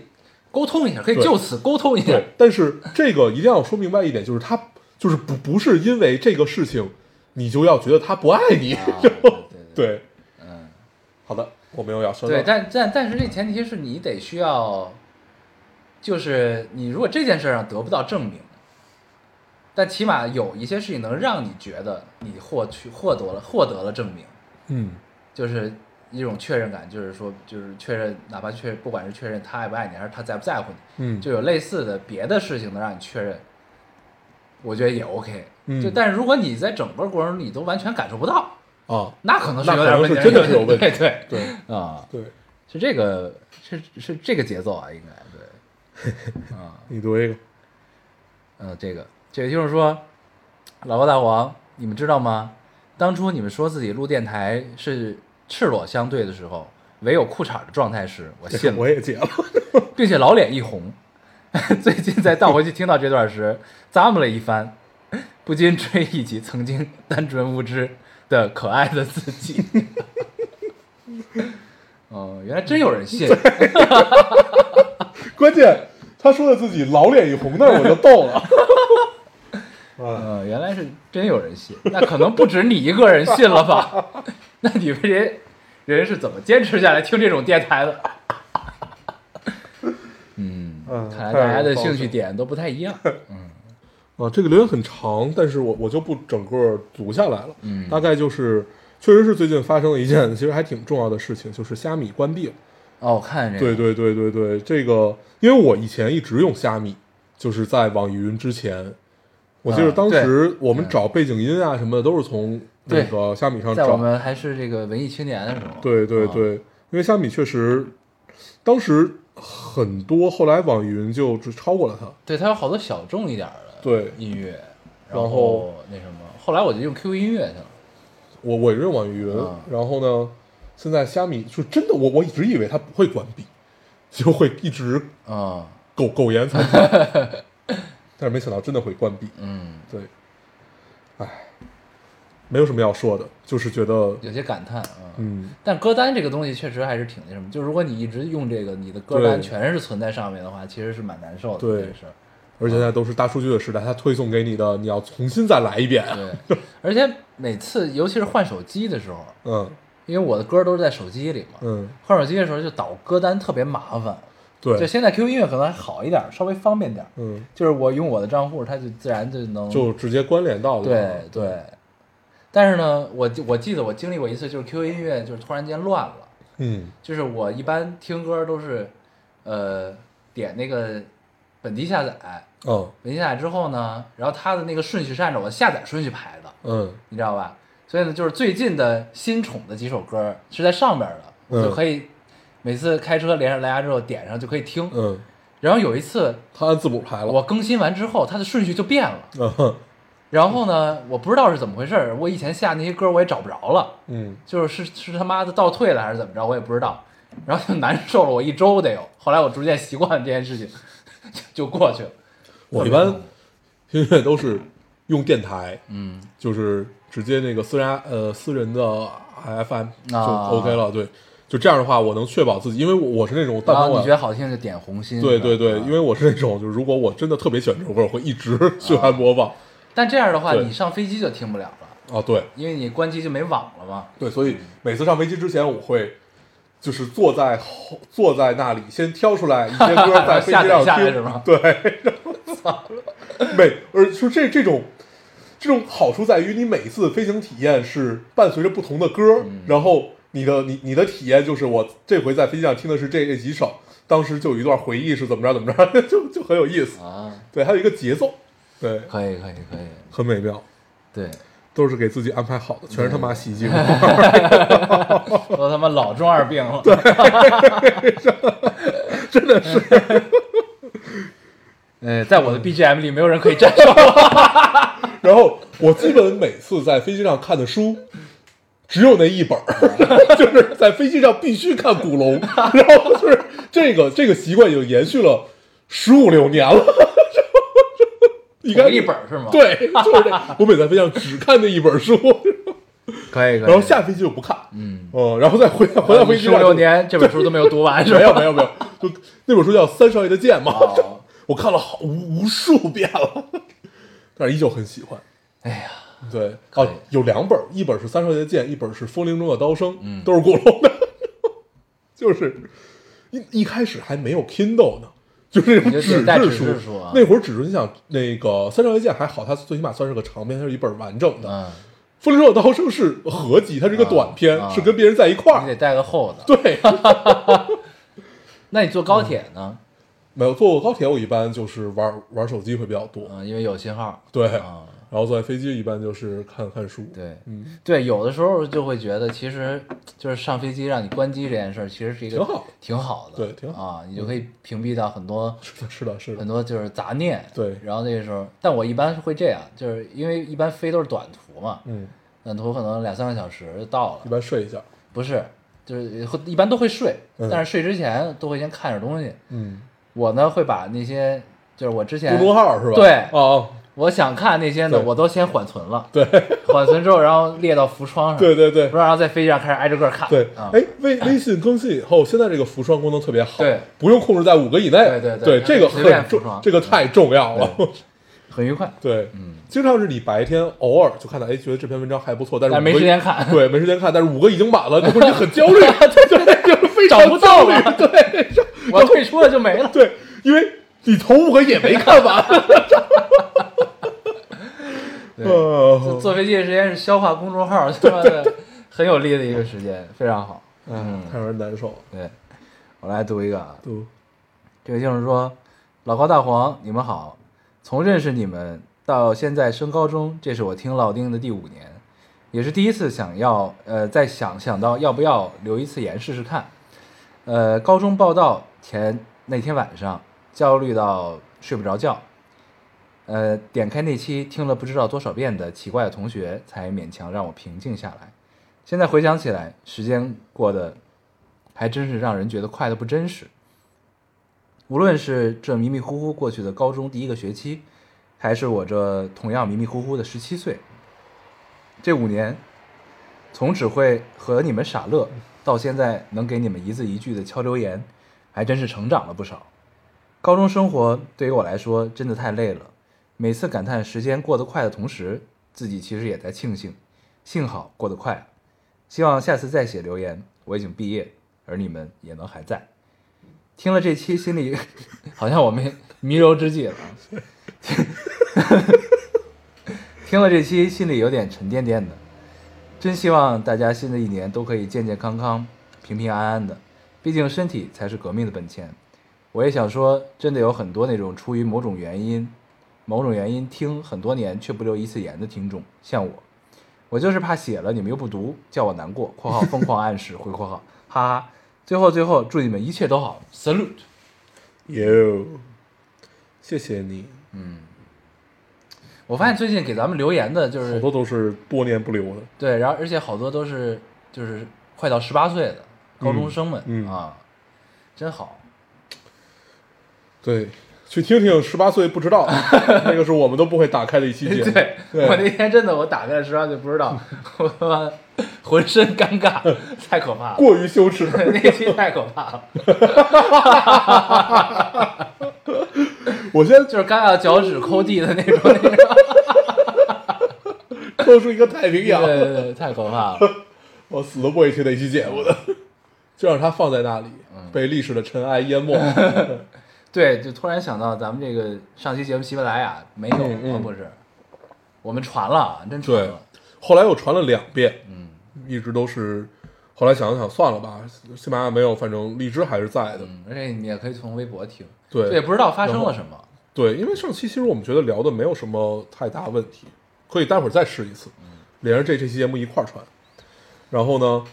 Speaker 3: 沟通一下，可以
Speaker 4: 对
Speaker 3: 就此沟通一下
Speaker 4: 对。，但是这个一定要说明白一点，就是他就是不不是因为这个事情，你就要觉得他不爱你。
Speaker 3: 啊 对对对
Speaker 4: 对，
Speaker 3: 嗯，
Speaker 4: 好的，我没有要说的。
Speaker 3: 对，但但但是这前提是你得需要，就是你如果这件事儿上得不到证明，但起码有一些事情能让你觉得你获取获得了获得了证明，
Speaker 4: 嗯，
Speaker 3: 就是一种确认感，就是说就是确认，哪怕确不管是确认他爱不爱你，还是他在不在乎你，
Speaker 4: 嗯，
Speaker 3: 就有类似的别的事情能让你确认，我觉得也 OK。
Speaker 4: 嗯
Speaker 3: 就但是如果你在整个过程中你都完全感受不到，
Speaker 4: 啊，
Speaker 3: 那可能是
Speaker 4: 那
Speaker 3: 有
Speaker 4: 可
Speaker 3: 点
Speaker 4: 能
Speaker 3: 问题，
Speaker 4: 是真的是有问题
Speaker 3: 对对
Speaker 4: 对
Speaker 3: 啊，
Speaker 4: 对，
Speaker 3: 是这个是是这个节奏啊，应该对。啊
Speaker 4: 你读一个。
Speaker 3: 呃，这个这个就是说，老高大王，你们知道吗？当初你们说自己录电台是赤裸相对的时候，唯有裤衩的状态时，我信了。
Speaker 4: 我也解了。
Speaker 3: 并且老脸一红。 最近再倒回去听到这段时，咂摸了一番，不禁追忆起曾经单纯无知的可爱的自己。 哦，原来真有人 信，
Speaker 4: 关键他说的自己老脸一红，那我就逗了。啊，
Speaker 3: 嗯，原来是真有人信，那可能不止你一个人信了吧？ 那你们这些人是怎么坚持下来听这种电台的？嗯，
Speaker 4: 嗯
Speaker 3: 看来大家的
Speaker 4: 太有
Speaker 3: 兴
Speaker 4: 方式
Speaker 3: 趣点都不太一样。
Speaker 4: 啊，这个留言很长，但是我我就不整个读下来了。
Speaker 3: 嗯
Speaker 4: 大概就是，确实是最近发生了一件其实还挺重要的事情，就是虾米关闭了。
Speaker 3: 哦，我看这个，
Speaker 4: 对对对对对，这个因为我以前一直用虾米，就是在网易云之前，我记得
Speaker 3: 啊
Speaker 4: 当
Speaker 3: 对
Speaker 4: 时我们找背景音啊什么的都是从那
Speaker 3: 对
Speaker 4: 个虾米上
Speaker 3: 在
Speaker 4: 找。
Speaker 3: 我们还是这个文艺青年的时候，
Speaker 4: 对对
Speaker 3: 啊
Speaker 4: 对，因为虾米确实，当时很多，后来网易云就只超过了它。
Speaker 3: 对，它有好多小众一点儿的
Speaker 4: 对
Speaker 3: 音乐，然
Speaker 4: 然后
Speaker 3: 那什么，后来我就用 QQ 音乐去了。
Speaker 4: 我我也用网易云
Speaker 3: 啊，
Speaker 4: 然后呢，现在虾米就真的，我我一直以为它不会关闭， 就会一直
Speaker 3: 嗯
Speaker 4: 苟苟延残喘， 但是没想到真的会关闭。
Speaker 3: 嗯，
Speaker 4: 对，唉，没有什么要说的，就是觉得，
Speaker 3: 有些感叹啊。
Speaker 4: 嗯，
Speaker 3: 但歌单这个东西确实还是挺那什么，就如果你一直用这个，你的歌单
Speaker 4: 对
Speaker 3: 全是存在上面的话，其实是蛮难受的。
Speaker 4: 对
Speaker 3: 这事儿。
Speaker 4: 而且现在都是大数据的时代，它推送给你的，你要重新再来一遍。
Speaker 3: 对，而且每次尤其是换手机的时候，
Speaker 4: 嗯
Speaker 3: 因为我的歌都是在手机里嘛，
Speaker 4: 嗯，
Speaker 3: 换手机的时候就导歌单特别麻烦。就
Speaker 4: 对，
Speaker 3: 现在 QQ 音乐可能还好一点儿，稍微方便点儿。
Speaker 4: 嗯，
Speaker 3: 就是我用我的账户，它就自然就能
Speaker 4: 就直接关联到了。嗯
Speaker 3: 对对。但是呢，我记我记得我经历过一次，就是 QQ 音乐就是突然间乱了，
Speaker 4: 嗯
Speaker 3: 就是我一般听歌都是，呃，点那个本地下载，
Speaker 4: 嗯
Speaker 3: 本地下载之后呢，然后它的那个顺序是按照我下载顺序排的，
Speaker 4: 嗯
Speaker 3: 你知道吧？所以呢，就是最近的新宠的几首歌是在上边儿的，我就
Speaker 4: 嗯
Speaker 3: 可以每次开车连上蓝牙之后点上就可以听。
Speaker 4: 嗯，
Speaker 3: 然后有一次
Speaker 4: 它按字母排了。
Speaker 3: 我更新完之后，它的顺序就变了。
Speaker 4: 嗯哼
Speaker 3: 然后呢，我不知道是怎么回事儿，我以前下那些歌我也找不着了，
Speaker 4: 嗯
Speaker 3: 就是是是他妈的倒退了还是怎么着，我也不知道，然后就难受了我一周得有。后来我逐渐习惯了这件事情， 就就过去了。
Speaker 4: 我一般音乐都是用电台，
Speaker 3: 嗯，
Speaker 4: 就是直接那个私人呃私人的 FM 就
Speaker 3: 啊
Speaker 4: OK 了。对，就这样的话，我能确保自己，因为我我是那种但
Speaker 3: 然
Speaker 4: 凡
Speaker 3: 后
Speaker 4: 我
Speaker 3: 啊你觉得好听就点红心，
Speaker 4: 对
Speaker 3: 是吧
Speaker 4: 对对，
Speaker 3: 啊
Speaker 4: 因为我是那种，就是如果我真的特别喜欢这首歌，我会一直循
Speaker 3: 啊
Speaker 4: 环播放。
Speaker 3: 但这样的话，
Speaker 4: 对
Speaker 3: 你上飞机就听不了了，
Speaker 4: 啊，对
Speaker 3: 因为你关机就没网了嘛。
Speaker 4: 对，所以每次上飞机之前，我会就是坐在后坐在那里，先挑出来一些歌在 飞
Speaker 3: 下
Speaker 4: 机
Speaker 3: 载
Speaker 4: 上
Speaker 3: 下来
Speaker 4: 听，
Speaker 3: 是吗
Speaker 4: 对， 然后操，每而说这这种。这种好处在于，你每一次飞行体验是伴随着不同的歌，
Speaker 3: 嗯
Speaker 4: 然后你的你你的体验就是我这回在飞机上听的是这这几首，当时就有一段回忆是怎么着怎么着， 就就很有意思。
Speaker 3: 啊，
Speaker 4: 对，还有一个节奏，对，
Speaker 3: 可以可以可以，
Speaker 4: 很美妙。
Speaker 3: 对，
Speaker 4: 都是给自己安排好的，全是他 妈喜剧。
Speaker 3: 都他妈老中二病 了。
Speaker 4: 真的是，
Speaker 3: 呃，在我的 BGM 里，没有人可以战胜我。
Speaker 4: 然后我基本每次在飞机上看的书，只有那一本儿， 就是在飞机上必须看古龙。然后就是这个这个习惯已经延续了十五六年了。你看
Speaker 3: 同一本儿是吗
Speaker 4: 对，就是这。我每次在飞机上只看那一本书，
Speaker 2: 可以可以。
Speaker 4: 然后下飞机就不看。嗯然后再回回到飞机
Speaker 3: 十五
Speaker 4: 上就
Speaker 3: 六 年，这本书都没有读完，是吧
Speaker 4: 没有没有没有，就那本书叫《三少爷的剑》嘛，
Speaker 3: 哦
Speaker 4: 我看了好无无数遍了，但是依旧很喜欢。哎呀，对，
Speaker 2: 可以
Speaker 4: 哦，有两本，一本是《三少爷的剑》，一本是《风铃中的刀声》，嗯，都是古龙的， 就是一一开始还没有 Kindle 呢。就是那种
Speaker 3: 就
Speaker 4: 纸
Speaker 3: 带纸
Speaker 4: 书
Speaker 3: 质书啊，
Speaker 4: 那会儿纸质，你想那个《三少爷的剑》还好，它最起码算是个长篇，它是一本完整的。《
Speaker 3: 嗯，
Speaker 4: 风铃中的刀声》是合集，它是一个短篇，
Speaker 3: 啊
Speaker 4: 是跟别人在一块
Speaker 3: 你
Speaker 4: 儿
Speaker 3: 得。带个厚的。
Speaker 4: 对，啊
Speaker 3: 那你坐高铁呢？
Speaker 4: 没有坐过高铁，我一般就是玩玩手机会比较多，
Speaker 3: 嗯，因为有信号。
Speaker 4: 对，
Speaker 3: 啊，
Speaker 4: 然后坐在飞机一般就是看看书，
Speaker 3: 对，
Speaker 4: 嗯，
Speaker 3: 对，有的时候就会觉得，其实就是上飞机让你关机这件事儿，其实是一个
Speaker 4: 挺好
Speaker 3: 挺好的，
Speaker 4: 对挺好
Speaker 3: 啊，你就可以屏蔽到很多
Speaker 4: 是的，是的，是
Speaker 3: 很
Speaker 4: 的，
Speaker 3: 多就是杂念。
Speaker 4: 对
Speaker 3: 然后那个时候，但我一般会这样，就是因为一般飞都是短途嘛，
Speaker 4: 嗯，
Speaker 3: 短途可能两三个小时就到
Speaker 4: 一
Speaker 3: 了，
Speaker 4: 般睡一下，
Speaker 3: 不是，就是会一般都会睡，
Speaker 4: 嗯
Speaker 3: 但是睡之前都会先看点东西。
Speaker 4: 嗯，
Speaker 3: 我呢会把那些就是我之前
Speaker 4: 公众号是吧？
Speaker 3: 对
Speaker 4: 哦，
Speaker 3: 我想看那些呢，
Speaker 4: 对
Speaker 3: 我都先缓存了，
Speaker 4: 对，
Speaker 3: 缓存之后，然后列到浮窗上，
Speaker 4: 对对对
Speaker 3: 不然后在飞机上开始挨着个看，
Speaker 4: 对，
Speaker 3: 啊，
Speaker 4: 哎，微微信更新以后，现在这个浮霜功能特别好，
Speaker 3: 对，
Speaker 4: 不用控制在五个以内，
Speaker 3: 对对对
Speaker 4: 对，这个
Speaker 3: 随便
Speaker 4: 很
Speaker 3: 浮窗
Speaker 4: 重，这个太重要了，
Speaker 3: 很愉快。
Speaker 4: 对，嗯，经常是你白天偶尔就看到，哎，觉得这篇文章还不错，但是
Speaker 3: 但没
Speaker 4: 五个
Speaker 3: 时间看
Speaker 4: 对，没时间看，但是五个已经 满了，这会儿你很焦虑， 对，就是非常
Speaker 3: 找不到了
Speaker 4: 焦虑对，
Speaker 3: 我退出了就没了，
Speaker 4: 对，因为你头五个也没看完。
Speaker 3: 坐
Speaker 4: 呃，
Speaker 3: 坐飞机的时间是消化公众号， 他妈的很有力的一个时间，非常好。
Speaker 4: 哎，太让人难受了。
Speaker 3: 对，我来读一个啊，
Speaker 4: 都
Speaker 3: 这位听众说：“老高大黄，你们好。从认识你们到现在升高中，这是我听老丁的第五年，也是第一次想要呃，在想想到要不要留一次言试试看。呃，高中报到前那天晚上，焦虑到睡不着觉。呃，点开那期听了不知道多少遍的奇怪的同学，才勉强让我平静下来。现在回想起来，时间过得还真是让人觉得快得不真实。无论是这迷迷糊糊过去的高中第一个学期，还是我这同样迷迷糊糊的十七岁，这五年，从只会和你们傻乐，到现在能给你们一字一句的敲留言，还真是成长了不少。高中生活对于我来说真的太累了，每次感叹时间过得快的同时，自己其实也在庆幸，幸好过得快了。希望下次再写留言，我已经毕业，而你们也能还在。听了这期，心里 好像我们弥留之际了 啊。听听了这期，心里有点沉甸甸的。真希望大家新的一年都可以健健康康、平平安安的，毕竟身体才是革命的本钱。我也想说，真的有很多那种出于某种原因、某种原因听很多年却不留一次言的听众，像我，我就是怕写了你们又不读，叫我难过。（括号疯狂暗示回括号，哈哈。）最后最后，祝你们一切都好，salute。
Speaker 4: 有，谢谢你，
Speaker 3: 我发现最近给咱们留言的就
Speaker 4: 好
Speaker 3: 是
Speaker 4: 多都是多年不留的。
Speaker 3: 对，然后而且好多都是就是快到十八岁的高中生们、
Speaker 4: 嗯嗯
Speaker 3: 啊，真好。
Speaker 4: 对，去听听十八岁不知道，那个是我们都不会打开的 一期 节目。
Speaker 3: 对我那天真的我打开了十八岁不知 道，我他妈浑身尴尬，太可怕了。
Speaker 4: 过于羞耻。
Speaker 3: 那期太可怕了，
Speaker 4: 我现在
Speaker 3: 就是尴尬脚趾抠地的那 种。那种
Speaker 4: 抠出一个太平洋，
Speaker 3: 对对对，太可怕了。
Speaker 4: 我死都不会听那期节目的， 就让它放在那里，被历史的尘埃淹 没。
Speaker 3: 对，就突然想到咱们这个上期节目喜马拉雅没有，
Speaker 4: 嗯嗯
Speaker 3: 啊不是，我们传了，啊真传
Speaker 4: 对
Speaker 3: 了。，
Speaker 4: 后来又传了两遍，嗯，一直都是，后来想了想，算了吧，喜马拉雅没有，反正荔枝还是在的。
Speaker 3: 嗯，而且你也可以从微博听，
Speaker 4: 对
Speaker 3: 也不知道发生了什么。嗯
Speaker 4: 对，因为上期其实我们觉得聊的没有什么太大问题，可以待会儿再试一次。连着这这期节目一块儿传。然后呢，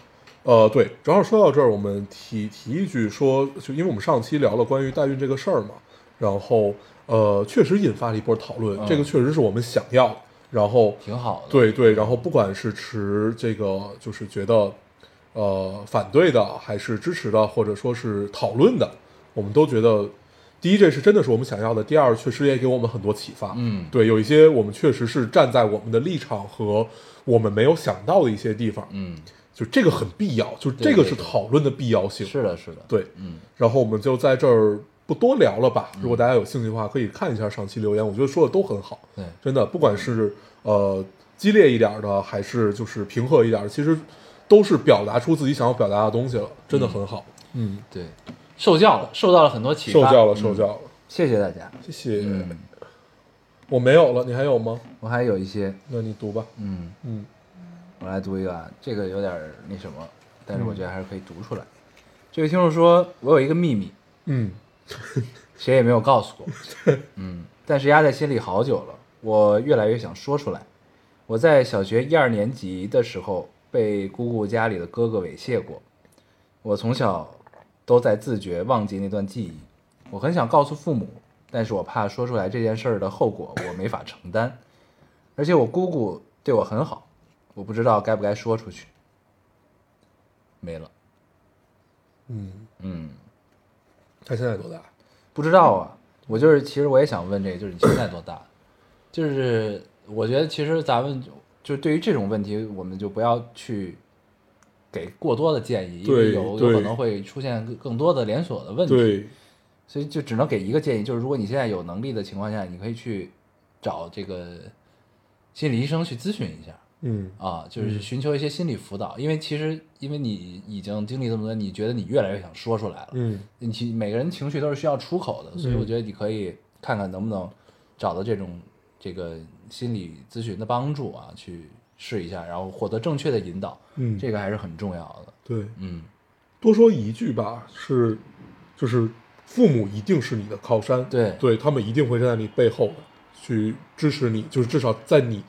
Speaker 4: 呃，对，正好说到这儿，我们提提一句说，就因为我们上期聊了关于代孕这个事儿嘛，然后呃，确实引发了一波讨
Speaker 3: 嗯
Speaker 4: 论，这个确实是我们想要的，然后
Speaker 3: 挺好的。
Speaker 4: 对对，然后不管是持这个就是觉得呃反对的，还是支持的，或者说是讨论的，我们都觉得，第一这是真的是我们想要的，第二确实也给我们很多启发。
Speaker 3: 嗯
Speaker 4: 对，有一些我们确实是站在我们的立场和我们没有想到的一些地方，
Speaker 3: 嗯，
Speaker 4: 就这个很必要，就
Speaker 3: 对
Speaker 4: 这个
Speaker 3: 对
Speaker 4: 是
Speaker 3: 对
Speaker 4: 讨论的必要性。
Speaker 3: 是的，是的，
Speaker 4: 对，
Speaker 3: 嗯，
Speaker 4: 然后我们就在这儿不多聊了吧。如果大家有兴趣的话，可以看一下上期留言，我觉得说的都很好。
Speaker 3: 对
Speaker 4: 真的，不管是呃激烈一点的，还是就是平和一点的，其实都是表达出自己想要表达的东西了，真的很好。嗯，
Speaker 3: 对，受教了，受到了很多嗯启发。
Speaker 4: 受教了，受教了，
Speaker 3: 谢谢大家。
Speaker 4: 谢谢。
Speaker 3: 嗯，
Speaker 4: 我没有了，你还有吗？
Speaker 3: 我还有一些，
Speaker 4: 那你读吧。
Speaker 3: 嗯，
Speaker 4: 嗯，
Speaker 3: 我来读一个，啊，这个有点儿那什么，但是我觉得还是可以读出来。这位听众说，我有一个秘密，
Speaker 4: 嗯，
Speaker 3: 谁也没有告诉我。嗯，但是压在心里好久了，我越来越想说出来。我在小学一二年级的时候被姑姑家里的哥哥猥亵过，我从小都在自觉忘记那段记忆。我很想告诉父母，但是我怕说出来这件事儿的后果我没法承担，而且我姑姑对我很好，我不知道该不该说出去。没了，
Speaker 4: 嗯，
Speaker 3: 嗯。
Speaker 4: 他现在多大？
Speaker 3: 不知道啊，我就是其实我也想问这个，就是你现在多 大？就是我觉得其实咱们就就是对于这种问题，我们就不要去给过多的建议，因为
Speaker 4: 对
Speaker 3: 有有
Speaker 4: 对
Speaker 3: 可能会出现更更多的连锁的问题，
Speaker 4: 对，
Speaker 3: 所以就只能给一个建议，就是如果你现在有能力的情况下，你可以去找这个心理医生去咨询一下。
Speaker 4: 嗯，
Speaker 3: 啊，就是寻求一些心理辅导，因为其实因为你已经经历这么多，你觉得你越来越想说出来了，
Speaker 4: 嗯，
Speaker 3: 你其每个人情绪都是需要出口的，所以我
Speaker 4: 嗯
Speaker 3: 觉得你可以看看能不能找到这种这个心理咨询的帮助啊，去试一下，然后获得正确的引导，
Speaker 4: 嗯
Speaker 3: 这个还是很重要的。
Speaker 4: 对，
Speaker 3: 嗯，
Speaker 4: 多说一句吧，是，就是父母一定是你的靠山，
Speaker 3: 对
Speaker 4: 对他们一定会站在你背后的去支持你，就是至少在你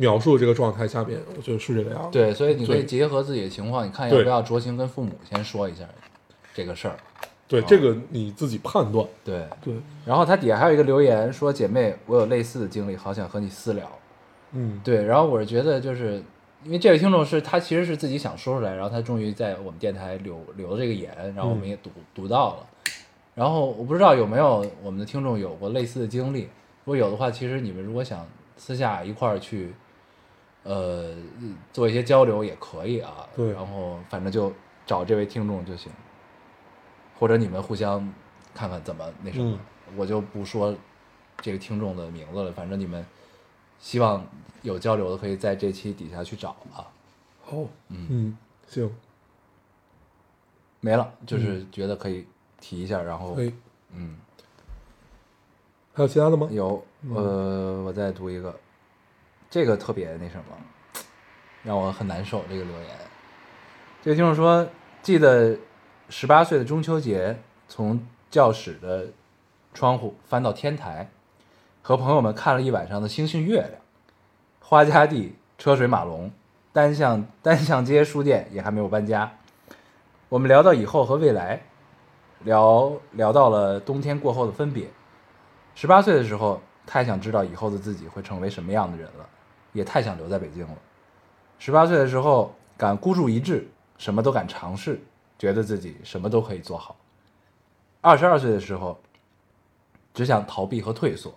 Speaker 4: 描述的这个状态下面，我觉得是这个样子。，
Speaker 3: 对，所以你可以
Speaker 4: 对
Speaker 3: 结合自己的情况，你看要
Speaker 4: 对
Speaker 3: 不要酌情跟父母先说一下这个事儿。
Speaker 4: 对，这个你自己判断。
Speaker 3: 对，
Speaker 4: 对，
Speaker 3: 然后他底下还有一个留言说：“姐妹，我有类似的经历，好想和你私聊。”
Speaker 4: 嗯，
Speaker 3: 对，然后我是觉得就是因为这位听众是他其实是自己想说出来，然后他终于在我们电台留留了这个言，然后我们也读、读到了。然后我不知道有没有我们的听众有过类似的经历，如果有的话，其实你们如果想私下一块儿去，呃，做一些交流也可以啊。
Speaker 4: 对
Speaker 3: 然后反正就找这位听众就行，或者你们互相看看怎么那什么，
Speaker 4: 嗯
Speaker 3: 我就不说这个听众的名字了，反正你们希望有交流的可以在这期底下去找啊。
Speaker 4: 好，嗯，行，
Speaker 3: 没了，就是觉得可以提一下，然后
Speaker 4: 嗯可以。
Speaker 3: 嗯，
Speaker 4: 还有其他的吗？嗯
Speaker 3: 有呃，我再读一个，这个特别那什么，让我很难受。这个留言，这个听众说，记得十八岁的中秋节，从教室的窗户翻到天台，和朋友们看了一晚上的星星、月亮，花家地、车水马龙，单向单向街书店也还没有搬家。我们聊到以后和未来，聊聊到了冬天过后的分别。十八岁的时候，太想知道以后的自己会成为什么样的人了，也太想留在北京了。十八岁的时候，敢孤注一掷，什么都敢尝试，觉得自己什么都可以做好。二十二岁的时候，只想逃避和退缩，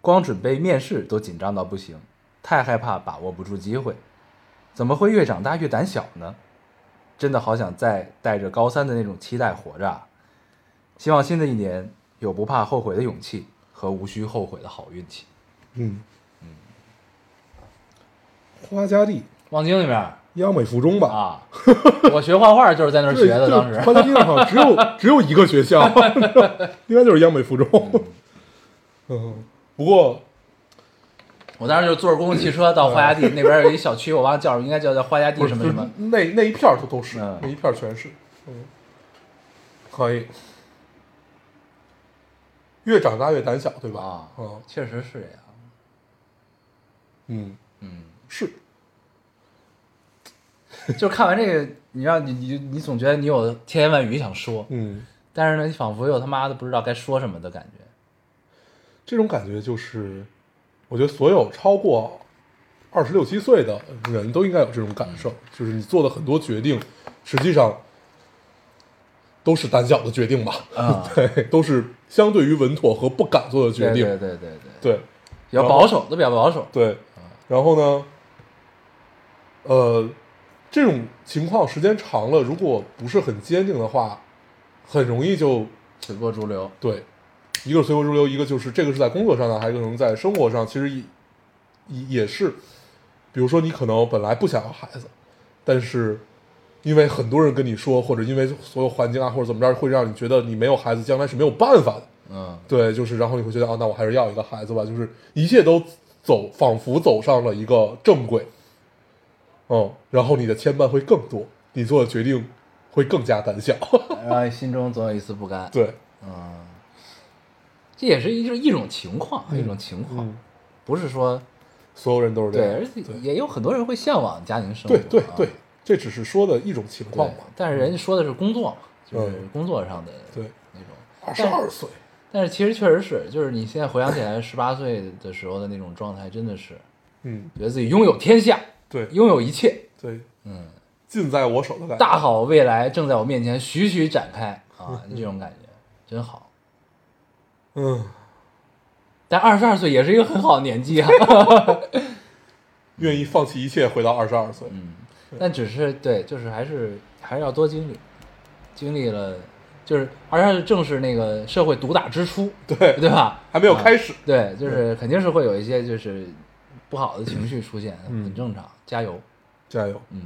Speaker 3: 光准备面试都紧张到不行，太害怕把握不住机会。怎么会越长大越胆小呢？真的好想再带着高三的那种期待活着啊。希望新的一年有不怕后悔的勇气和无需后悔的好运气。
Speaker 4: 嗯，花家地，
Speaker 3: 望京那边儿
Speaker 4: 央美附中吧。
Speaker 3: 啊， 我学画画就是在那儿学的，
Speaker 4: 对
Speaker 3: 当
Speaker 4: 对
Speaker 3: 时
Speaker 4: 花家地好像只有只有一个学校， 应该就是央美附中。嗯，不过
Speaker 3: 我当时就坐着公共汽车到花家地那边儿有一小区，我忘了叫什么，应该叫叫花家地
Speaker 4: 不是
Speaker 3: 什么
Speaker 4: 就
Speaker 3: 什
Speaker 4: 是
Speaker 3: 么。
Speaker 4: 那那一片儿都都是，
Speaker 3: 嗯
Speaker 4: 那一片儿全是。嗯，可以。越长大越胆小，对吧？
Speaker 3: 啊
Speaker 4: 嗯，
Speaker 3: 确实是这样。
Speaker 4: 嗯
Speaker 3: 嗯，
Speaker 4: 是，
Speaker 3: 就是看完这个，你让你你你总觉得你有千言万语想说，
Speaker 4: 嗯，
Speaker 3: 但是呢，你仿佛又他妈的不知道该说什么的感觉。
Speaker 4: 这种感觉就是，我觉得所有超过二十六七岁的人都应该有这种感受，就是你做的很多决定，实际上都是胆小的决定吧，
Speaker 3: 啊
Speaker 4: 对，都是相对于稳妥和不敢做的决定，
Speaker 3: 对对对对对，
Speaker 4: 对啊
Speaker 3: 比较
Speaker 4: 然后
Speaker 3: 保守，都比较保守。
Speaker 4: 对，然后呢，呃，这种情况时间长了，如果不是很坚定的话，很容易就
Speaker 3: 随波逐流，
Speaker 4: 对，一个是随波逐流，一个就是这个是在工作上呢，还有可能在生活上，其实也也也是，比如说你可能本来不想要孩子，但是因为很多人跟你说，或者因为所有环境啊，或者怎么着，会让你觉得你没有孩子将来是没有办法的。
Speaker 3: 嗯，
Speaker 4: 对，就是然后你会觉得啊，那我还是要一个孩子吧，就是一切都走，仿佛走上了一个正轨，嗯，然后你的牵绊会更多，你做的决定会更加胆小，
Speaker 3: 然后哎心中总有一丝不甘。
Speaker 4: 对，
Speaker 3: 这也是一种一种情况，啊一种情况，
Speaker 4: 嗯，
Speaker 3: 不是说
Speaker 4: 所有人都是这
Speaker 3: 对，啊
Speaker 4: 样
Speaker 3: 而，且也有很多人会向往家庭生活
Speaker 4: 对
Speaker 3: 啊，
Speaker 4: 对对，这只是说的一种情况
Speaker 3: 对
Speaker 4: 嘛，。
Speaker 3: 但是人家说的是工作嘛，就是
Speaker 4: 嗯
Speaker 3: 工作上的
Speaker 4: 对，
Speaker 3: 那种。
Speaker 4: 二十二岁，
Speaker 3: 但是其实确实是，就是你现在回想起来，十八岁的时候的那种状态，真的是
Speaker 4: 嗯，
Speaker 3: 觉得自己拥有天下，
Speaker 4: 对
Speaker 3: 拥有一切，
Speaker 4: 对，
Speaker 3: 嗯，
Speaker 4: 尽在我手的感觉，
Speaker 3: 大好未来正在我面前徐徐展开啊，这种感觉真好。
Speaker 4: 嗯，
Speaker 3: 但二十二岁也是一个很好的年纪啊，
Speaker 4: 愿意放弃一切回到二十二岁，
Speaker 3: 嗯，但只是对，就是还是还是要多经历，经历了，就是而且正是那个社会毒打之初，
Speaker 4: 对，
Speaker 3: 对吧？
Speaker 4: 还没有
Speaker 3: 啊
Speaker 4: 开始，
Speaker 3: 对，就是肯定是会有一些就是不好的情绪出现，
Speaker 4: 嗯
Speaker 3: 很正常，加油。
Speaker 4: 加油，
Speaker 3: 嗯，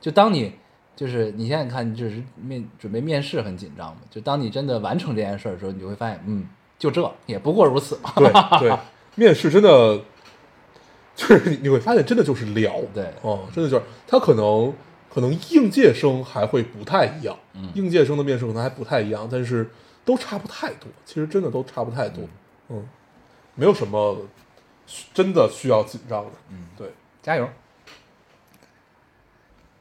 Speaker 3: 就当你就是你现在看，你只是面准备面试很紧张嘛，就当你真的完成这件事儿的时候，你就会发现，嗯，就这也不过如此嘛。
Speaker 4: 对对，面试真的就是你你会发现，真的就是聊，
Speaker 3: 对
Speaker 4: 哦、真的就是他可能可能应届生还会不太一样，嗯，应届生的面试可能还不太一样，但是都差不太多，其实真的都差不太多，嗯，没有什么需真的需要紧张的，嗯，对，
Speaker 3: 加油。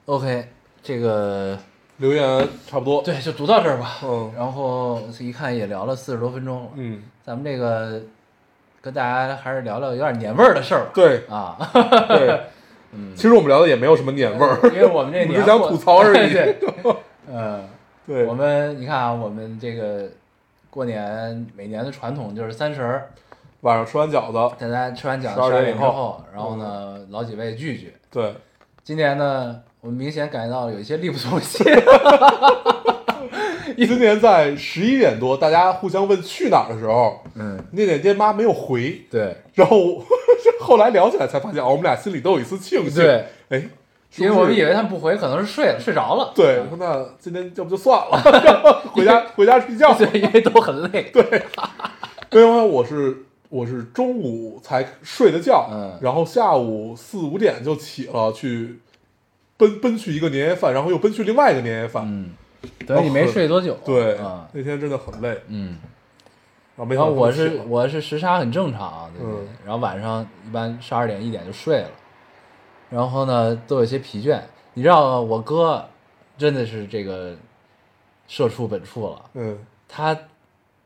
Speaker 3: OK，这个
Speaker 4: 留言差不多，，
Speaker 3: 对就读到这儿吧。
Speaker 4: 嗯
Speaker 3: 然后一看也聊了四十多分钟了，
Speaker 4: 嗯，
Speaker 3: 咱们这个跟大家还是聊聊有点年味儿的事儿吧。
Speaker 4: 对
Speaker 3: 啊，
Speaker 4: 对，嗯，其实我们聊的也没有什么年味儿，
Speaker 3: 因为我们这
Speaker 4: 我
Speaker 3: 年
Speaker 4: 们只想
Speaker 3: 货
Speaker 4: 吐槽而已
Speaker 3: 对， 嗯。
Speaker 4: 对，
Speaker 3: 我们你看啊，我们这个过年每年的传统就是三十儿，
Speaker 4: 晚上吃完饺子，
Speaker 3: 大家吃完饺子
Speaker 4: 12点
Speaker 3: 点
Speaker 4: 以
Speaker 3: 之
Speaker 4: 后嗯
Speaker 3: 后，然后呢，老几位聚聚。
Speaker 4: 对，
Speaker 3: 今年呢，我们明显感觉到有一些力不从 心。
Speaker 4: 今年在十一点多，大家互相问去哪儿的时候，
Speaker 3: 嗯，
Speaker 4: 那点爹妈没有回，
Speaker 3: 对，
Speaker 4: 然后我 后来聊起来才发现，哦，我们俩心里都有一丝庆幸。
Speaker 3: 对，
Speaker 4: 哎，是不是
Speaker 3: 因为我们以嗯为他们不回，可能是睡了，睡着了。
Speaker 4: 对，我说那今天要不就算 了，回家回家睡觉。
Speaker 3: 对，因为都很累。对，
Speaker 4: 因为我是我是中午才睡的觉，
Speaker 3: 嗯
Speaker 4: 然后下午四五点就起了去奔奔去一个年夜饭，然后又奔去另外一个年夜饭。
Speaker 3: 嗯，等于你没睡多久。
Speaker 4: 哦对，
Speaker 3: 啊，
Speaker 4: 那天真的很累，
Speaker 3: 嗯，
Speaker 4: 然后没
Speaker 3: 然
Speaker 4: 想
Speaker 3: 后
Speaker 4: 到
Speaker 3: 我
Speaker 4: 他们
Speaker 3: 是
Speaker 4: 醒了
Speaker 3: 我是时差很正常啊，对对对
Speaker 4: 嗯
Speaker 3: 然后晚上一般十二点一点就睡了，然后呢都有些疲倦。你知道我哥真的是这个社畜本畜了，
Speaker 4: 嗯
Speaker 3: 他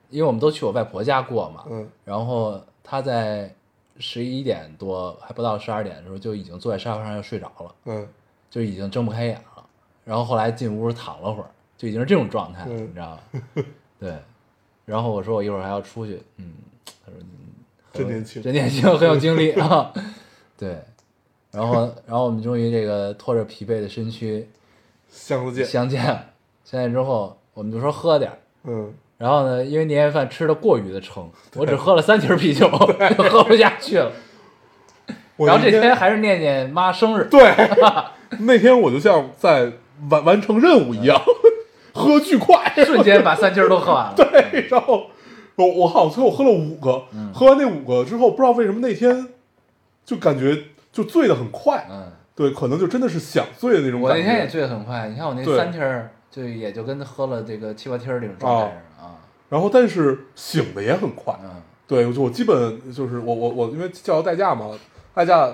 Speaker 3: 因为我们都去我外婆家过嘛，
Speaker 4: 嗯
Speaker 3: 然后他在十一点多还不到十二点的时候就已经坐在沙发上要睡着了，
Speaker 4: 嗯
Speaker 3: 就已经睁不开眼了。然后后来进屋躺了会儿，就已经是这种状态了，
Speaker 4: 嗯
Speaker 3: 你知道吧？ 对。然后我说我一会儿还要出去，嗯，他说嗯
Speaker 4: 真年轻
Speaker 3: 真年轻，很有精力 啊。 对。然后，然后我们终于这个拖着疲惫的身躯
Speaker 4: 箱子 见，
Speaker 3: 相见了。相见之后，我们就说喝点儿。
Speaker 4: 嗯，
Speaker 3: 然后呢，因为年夜饭吃的过于的撑，我只喝了三瓶 啤酒，就喝不下去了。
Speaker 4: 我
Speaker 3: 然后
Speaker 4: 那
Speaker 3: 这天还是念念妈生日，
Speaker 4: 对， 那天我就像在完完成任务一样，
Speaker 3: 嗯
Speaker 4: 喝巨快，
Speaker 3: 瞬间把三斤儿都喝完了。对，
Speaker 4: 对，然后我我好像最后喝了五个，
Speaker 3: 嗯
Speaker 4: 喝完那五个之后，不知道为什么那天就感觉就醉得很快，
Speaker 3: 嗯。
Speaker 4: 对，可能就真的是想醉的那种
Speaker 3: 我
Speaker 4: 感觉。
Speaker 3: 那天也醉得很快，你看我那
Speaker 4: 对
Speaker 3: 三天儿，就也就跟喝了这个七八天儿这种
Speaker 4: 哦
Speaker 3: 状态似的啊，
Speaker 4: 然后但是醒的也很快，
Speaker 3: 嗯
Speaker 4: 对，我就我基本就是我我我因为叫了代驾嘛，代驾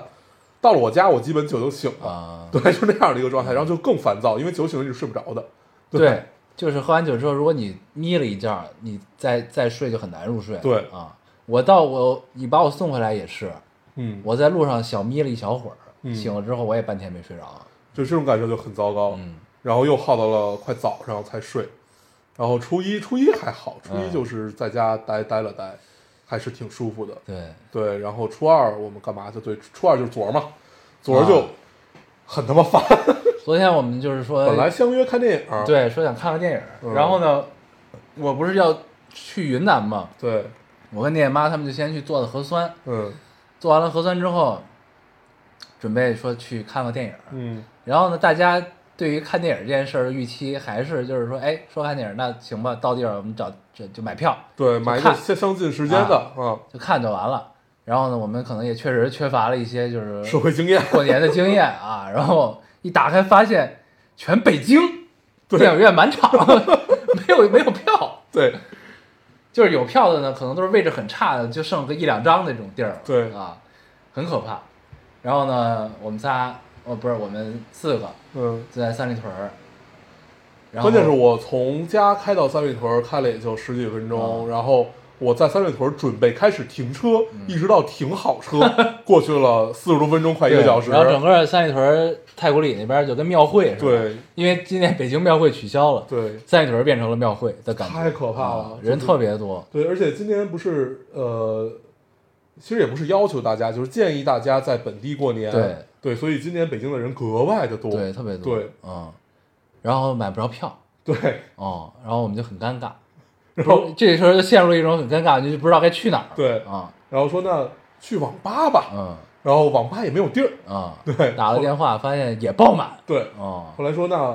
Speaker 4: 到了我家，我基本酒就醒了，
Speaker 3: 啊、
Speaker 4: 对，就那样的一个状态，然后就更烦躁，因为酒醒了你是睡不着的，
Speaker 3: 对，就是喝完酒之后，如果你眯了一觉，你再再睡就很难入睡。
Speaker 4: 对
Speaker 3: 啊，我到我你把我送回来也是，
Speaker 4: 嗯，
Speaker 3: 我在路上小眯了一小会儿，
Speaker 4: 嗯
Speaker 3: 醒了之后我也半天没睡着。
Speaker 4: 就这种感受就很糟糕，
Speaker 3: 嗯，
Speaker 4: 然后又耗到了快早上才睡，然后初一初一还好，初一
Speaker 3: 嗯
Speaker 4: 就是在家待待了待，还是挺舒服的，
Speaker 3: 对，
Speaker 4: 对，然后初二我们干嘛就对，初二就是昨儿嘛，昨儿就
Speaker 3: 啊
Speaker 4: 很他 妈烦，
Speaker 3: 昨天我们就是说，
Speaker 4: 本来相约看电影儿，
Speaker 3: 对说想看个电影，
Speaker 4: 嗯
Speaker 3: 然后呢，我不是要去云南嘛，
Speaker 4: 对，
Speaker 3: 我跟聂妈他们就先去做的核酸，
Speaker 4: 嗯
Speaker 3: 做完了核酸之后，准备说去看个电影，
Speaker 4: 嗯
Speaker 3: 然后呢，大家对于看电影这件事儿的预期还是就是说，哎，说看电影那行吧，到地儿我们找就就买票
Speaker 4: 对，
Speaker 3: 就
Speaker 4: 买一个
Speaker 3: 看
Speaker 4: 相相近时间的啊，
Speaker 3: 就看就完了。然后呢，我们可能也确实缺乏了一些 就是
Speaker 4: 嗯社会经验，
Speaker 3: 过年的经验啊。然后一打开发现，全北 京电影院满场，没有没有票，
Speaker 4: 对
Speaker 3: 就是有票的呢，可能都是位置很差的，就剩个一两张那种地儿了。
Speaker 4: 对
Speaker 3: 啊，很可怕。然后呢，我们仨哦不是我们四个
Speaker 4: 嗯，
Speaker 3: 就在三里屯儿。然后
Speaker 4: 关键是我从家开到三里屯儿开了也就十几分钟，
Speaker 3: 嗯
Speaker 4: 然后我在三里屯儿准备开始停车，一直到停好车，过去了四十多分钟，快一个
Speaker 3: 对
Speaker 4: 小时
Speaker 3: 然。后整个三里屯儿太古里那边儿就跟庙会似的，
Speaker 4: 对，
Speaker 3: 因为今年北京庙会取消了，
Speaker 4: 对
Speaker 3: 三里屯儿变成了庙会的感觉，
Speaker 4: 太可怕
Speaker 3: 啊
Speaker 4: 了，
Speaker 3: 人
Speaker 4: 就是
Speaker 3: 特别多，
Speaker 4: 对，而且今年不是呃，其实也不是要求大家，就是建议大家在本地过年。
Speaker 3: 对
Speaker 4: 所以今年北京的人格外的多。
Speaker 3: 对，特别多，
Speaker 4: 对，
Speaker 3: 嗯，然后买不着票，
Speaker 4: 对
Speaker 3: 哦，然后我们就很尴尬，
Speaker 4: 然
Speaker 3: 不
Speaker 4: 后
Speaker 3: 是这时候就陷入了一种很尴尬，就是不知道该去哪儿，
Speaker 4: 对
Speaker 3: 啊，
Speaker 4: 然后说那去网吧吧，
Speaker 3: 嗯
Speaker 4: 然后网吧也没有地儿。
Speaker 3: 啊，
Speaker 4: 对
Speaker 3: 打了电话发现也爆满，
Speaker 4: 对，
Speaker 3: 哦，
Speaker 4: 后来说那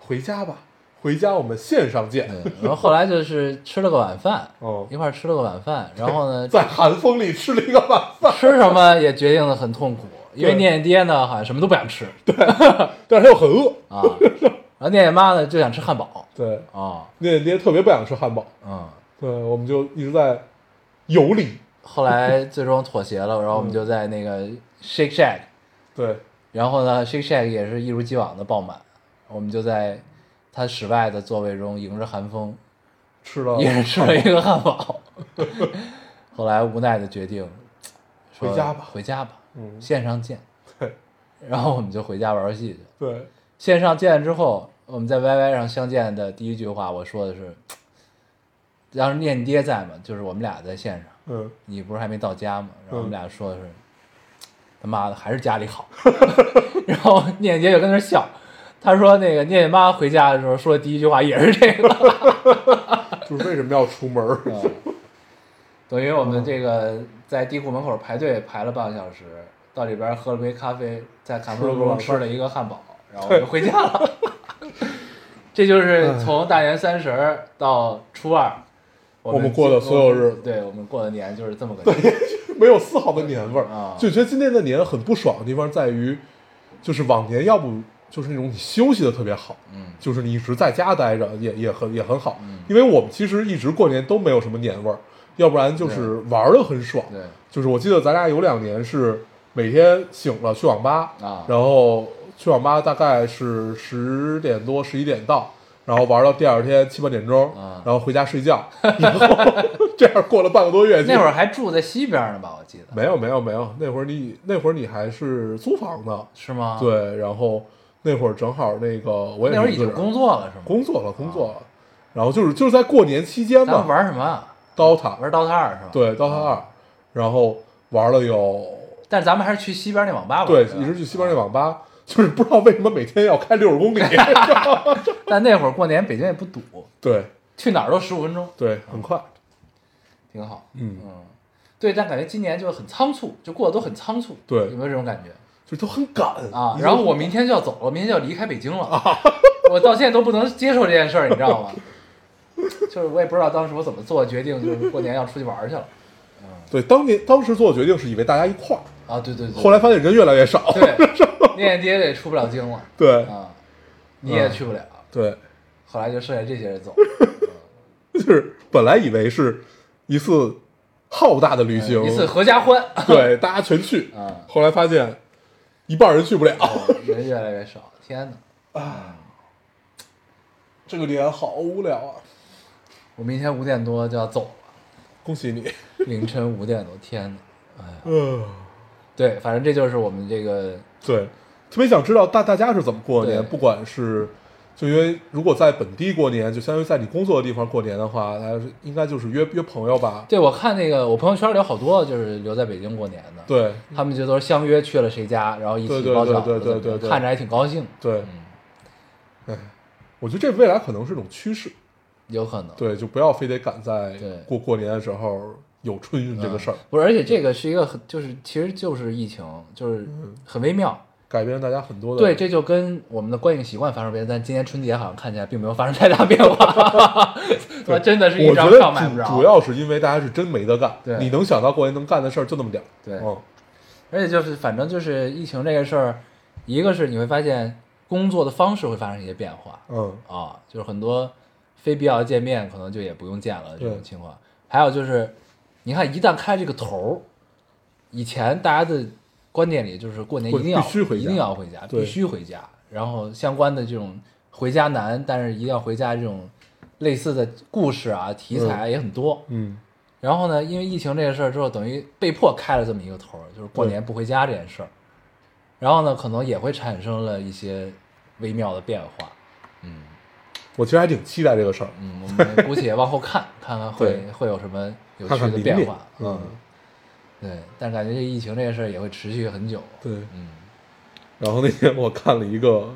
Speaker 4: 回家吧，回家我们线上见
Speaker 3: 对。，然后后来就是吃了个晚饭，
Speaker 4: 哦
Speaker 3: 一块儿吃了个晚饭，然后呢，
Speaker 4: 在寒风里吃了一个晚饭，
Speaker 3: 吃什么也决定的很痛苦，因为
Speaker 4: 对
Speaker 3: 念念爹呢好像什么都不想吃
Speaker 4: 但是他又很饿。
Speaker 3: 啊，然后念念妈呢就想吃汉堡
Speaker 4: 对，
Speaker 3: 啊，
Speaker 4: 那爹特别不想吃汉堡。
Speaker 3: 嗯，
Speaker 4: 对，我们就一直在游离。
Speaker 3: 后来最终妥协了，然后我们就在那个 Shake Shack，
Speaker 4: 对，
Speaker 3: 然后呢 Shake Shack 也是一如既往的爆满，我们就在它室外的座位中迎着寒风，
Speaker 4: 吃了
Speaker 3: 一人 吃了一个汉堡，后来无奈的决定说
Speaker 4: 回家吧
Speaker 3: 回家吧，
Speaker 4: 嗯
Speaker 3: 线上见，
Speaker 4: 对
Speaker 3: 然后我们就回家玩游戏去了。
Speaker 4: 对
Speaker 3: 线上见之后，我们在 YY 上相见的第一句话，我说的是，要是念爹在嘛，就是我们俩在线上，
Speaker 4: 嗯。
Speaker 3: 你不是还没到家吗？然后我们
Speaker 4: 嗯
Speaker 3: 俩说的是，他妈的还是家里好。 然后念爹就跟那儿笑，他说那个念念妈回家的时候说的第一句话也是这个，
Speaker 4: 就是为什么要出门儿？
Speaker 3: 啊等于我们这个在地库门口排队排了半个小时，到里边喝了杯咖啡，在卡布
Speaker 4: 吃
Speaker 3: 罗
Speaker 4: 了个晚
Speaker 3: 宫
Speaker 4: 饭
Speaker 3: 吃了一个汉堡，然后我就回家了。 这就是
Speaker 4: 哎
Speaker 3: 从大年三十儿到初二，我
Speaker 4: 我们过的所有日子
Speaker 3: 对我们过的年就是这么个年。
Speaker 4: 没有丝毫的年味儿
Speaker 3: 啊
Speaker 4: 就觉得今年的年很不爽的地方在于，就是往年要不就是那种你休息的特别好，
Speaker 3: 嗯，
Speaker 4: 就是你一直在家待着也也很也很好，因为我们其实一直过年都没有什么年味儿，要不然就是玩的很爽。
Speaker 3: 对，
Speaker 4: 就是我记得咱俩有两年是每天醒了去网吧
Speaker 3: 啊
Speaker 4: 然后去网吧大概是十点多十一点到，然后玩到第二天七八点钟，
Speaker 3: 啊
Speaker 4: 然后回家睡觉，然后 这样过了半个多月。
Speaker 3: 那会儿还住在西边呢吧？我记得
Speaker 4: 没有没有没有，那会儿你那会儿你还是租房呢，
Speaker 3: 是吗？，
Speaker 4: 对，然后那会儿正好那个我也
Speaker 3: 啊那会儿
Speaker 4: 是
Speaker 3: 已
Speaker 4: 一个
Speaker 3: 经
Speaker 4: 人
Speaker 3: 工作了是吗？
Speaker 4: 工作了工作了，然后就是就是在过年期间
Speaker 3: 咱们
Speaker 4: 嘛
Speaker 3: 玩啊什么啊？
Speaker 4: ，DOTA
Speaker 3: 玩 DOTA 二是吧？，
Speaker 4: 对 DOTA 二，然后玩了有
Speaker 3: 但是咱们还是去西边那网吧玩。
Speaker 4: 对
Speaker 3: 是吧
Speaker 4: 一直去西边那网吧， 就是不知道为什么每天要开六 十公里，
Speaker 3: 但那会儿过年北京也不堵，
Speaker 4: 对
Speaker 3: 去哪儿都十五分钟，
Speaker 4: 对，很快，
Speaker 3: 挺好。
Speaker 4: 嗯，
Speaker 3: 嗯，对，但感觉今年就很仓促，就过得都很仓促。
Speaker 4: 对
Speaker 3: 有没有这种感觉
Speaker 4: 就都很赶
Speaker 3: 啊？然后我明天就要走了，明天就要离开北京了，
Speaker 4: 啊
Speaker 3: 我到现在都不能接受这件事儿，你知道吗？ 就是我也不知道当时我怎么做决定，就是过年要出去玩儿去了
Speaker 4: 对当年当时做决定是以为大家一块儿，
Speaker 3: 啊！对对对，
Speaker 4: 后来发现人越来越少，
Speaker 3: 对，念念爹也出不了京了
Speaker 4: 对
Speaker 3: 啊，你
Speaker 4: 嗯
Speaker 3: 也去不了，
Speaker 4: 对。
Speaker 3: 后来就剩下这些人走。
Speaker 4: 就是本来以为是一次 哎浩大的旅行，
Speaker 3: 一次合家欢，
Speaker 4: 对大家全去
Speaker 3: 啊，
Speaker 4: 后来发现一半人去不了。
Speaker 3: 哦人越来越少，天哪！
Speaker 4: 这个点好无聊啊！
Speaker 3: 我明天五点多就要走了，
Speaker 4: 恭喜你，
Speaker 3: 凌晨五点多，天哪！
Speaker 4: 嗯，
Speaker 3: 对，反正这就是我们这个
Speaker 4: 对，特别想知道大大家是怎么过年，
Speaker 3: 对
Speaker 4: 不管是就因为如果在本地过年，就相当于在你工作的地方过年的话，大家是应该就是约约朋友吧？
Speaker 3: 对，我看那个我朋友圈里有好多就是留在北京过年的，
Speaker 4: 对
Speaker 3: 他们就都是相约去了谁家，然后一
Speaker 4: 对
Speaker 3: 起
Speaker 4: 对
Speaker 3: 包
Speaker 4: 对
Speaker 3: 饺
Speaker 4: 对
Speaker 3: 子
Speaker 4: 对
Speaker 3: 怎么
Speaker 4: 对
Speaker 3: 样，
Speaker 4: 对
Speaker 3: 看着还挺高兴，
Speaker 4: 对，哎，我觉得这未来可能是一种趋势，
Speaker 3: 有可能。
Speaker 4: 对，就不要非得赶在
Speaker 3: 对嗯
Speaker 4: 过过年的时候有春运这个事儿，
Speaker 3: 不是，而且这个是一个很，就是其实就是疫情，就是
Speaker 4: 嗯
Speaker 3: 很微妙。
Speaker 4: 改变了大家很多的
Speaker 3: 对，这就跟我们的观影习惯发生变化，但今年春节好像看起来并没有发生太大变化， 我真的是一
Speaker 4: 我觉
Speaker 3: 张
Speaker 4: 得
Speaker 3: 票买不
Speaker 4: 主
Speaker 3: 着。
Speaker 4: 主要是因为大家是真没得干，
Speaker 3: 对
Speaker 4: 你能想到过年能干的事儿就那么点儿。
Speaker 3: 对
Speaker 4: 嗯，
Speaker 3: 而且就是反正就是疫情这个事儿，一个是你会发现工作的方式会发生一些变化，
Speaker 4: 嗯，
Speaker 3: 啊，就是很多非必要的见面可能就也不用见了这
Speaker 4: 对
Speaker 3: 种情况。还有就是，你看一旦开这个头儿，以前大家的观念里就是过年
Speaker 4: 过
Speaker 3: 一定要
Speaker 4: 必须回
Speaker 3: 一
Speaker 4: 家
Speaker 3: 定要回家，
Speaker 4: 对
Speaker 3: 必须回家。然后相关的这种回家难，但是一定要回家这种类似的故事啊题材啊也很多。
Speaker 4: 嗯，
Speaker 3: 然后呢，因为疫情这个事儿之后，等于被迫开了这么一个头儿，就是过
Speaker 4: 对
Speaker 3: 年不回家这件事儿。然后呢，可能也会产生了一些微妙的变化。
Speaker 4: 我其实还挺期待这个事儿，
Speaker 3: 嗯，我 们姑且往后看看看会会有什么有
Speaker 4: 看
Speaker 3: 趣
Speaker 4: 看
Speaker 3: 的
Speaker 4: 明
Speaker 3: 变
Speaker 4: 年
Speaker 3: 化。，
Speaker 4: 嗯，
Speaker 3: 对，但是感觉这疫情这个事儿也会持续很久。
Speaker 4: 对，
Speaker 3: 嗯，
Speaker 4: 然后那天我看了一个，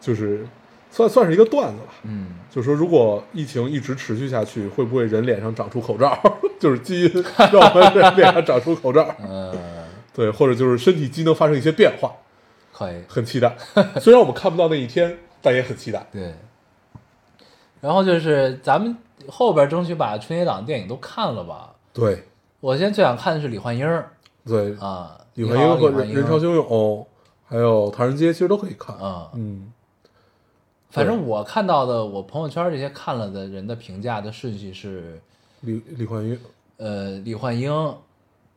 Speaker 4: 就是算算是一个段子吧，
Speaker 3: 嗯，
Speaker 4: 就说如果疫情一直持续下去，会不会人脸上长出口罩？ 就是基因让我们人脸上长出口罩，
Speaker 3: 呃，
Speaker 4: 对，或者就是身体机能发生一些变化，
Speaker 3: 可以，
Speaker 4: 很期待。 虽然我们看不到那一天，但也很期待。
Speaker 3: 对。然后就是咱们后边争取把春节档电影都看了吧。
Speaker 4: 对，
Speaker 3: 我现在最想看的是李焕英儿
Speaker 4: 对，
Speaker 3: 啊，
Speaker 4: 李
Speaker 3: 你
Speaker 4: 焕
Speaker 3: 好
Speaker 4: 英和
Speaker 3: 李焕
Speaker 4: 人
Speaker 3: 英
Speaker 4: 人潮汹涌，还有唐人街，其实都可以看。
Speaker 3: 啊
Speaker 4: 嗯，
Speaker 3: 反正我看到的，我朋友圈这些看了的人的评价的顺序是，
Speaker 4: 李李焕英，
Speaker 3: 呃，李焕英
Speaker 4: 嗯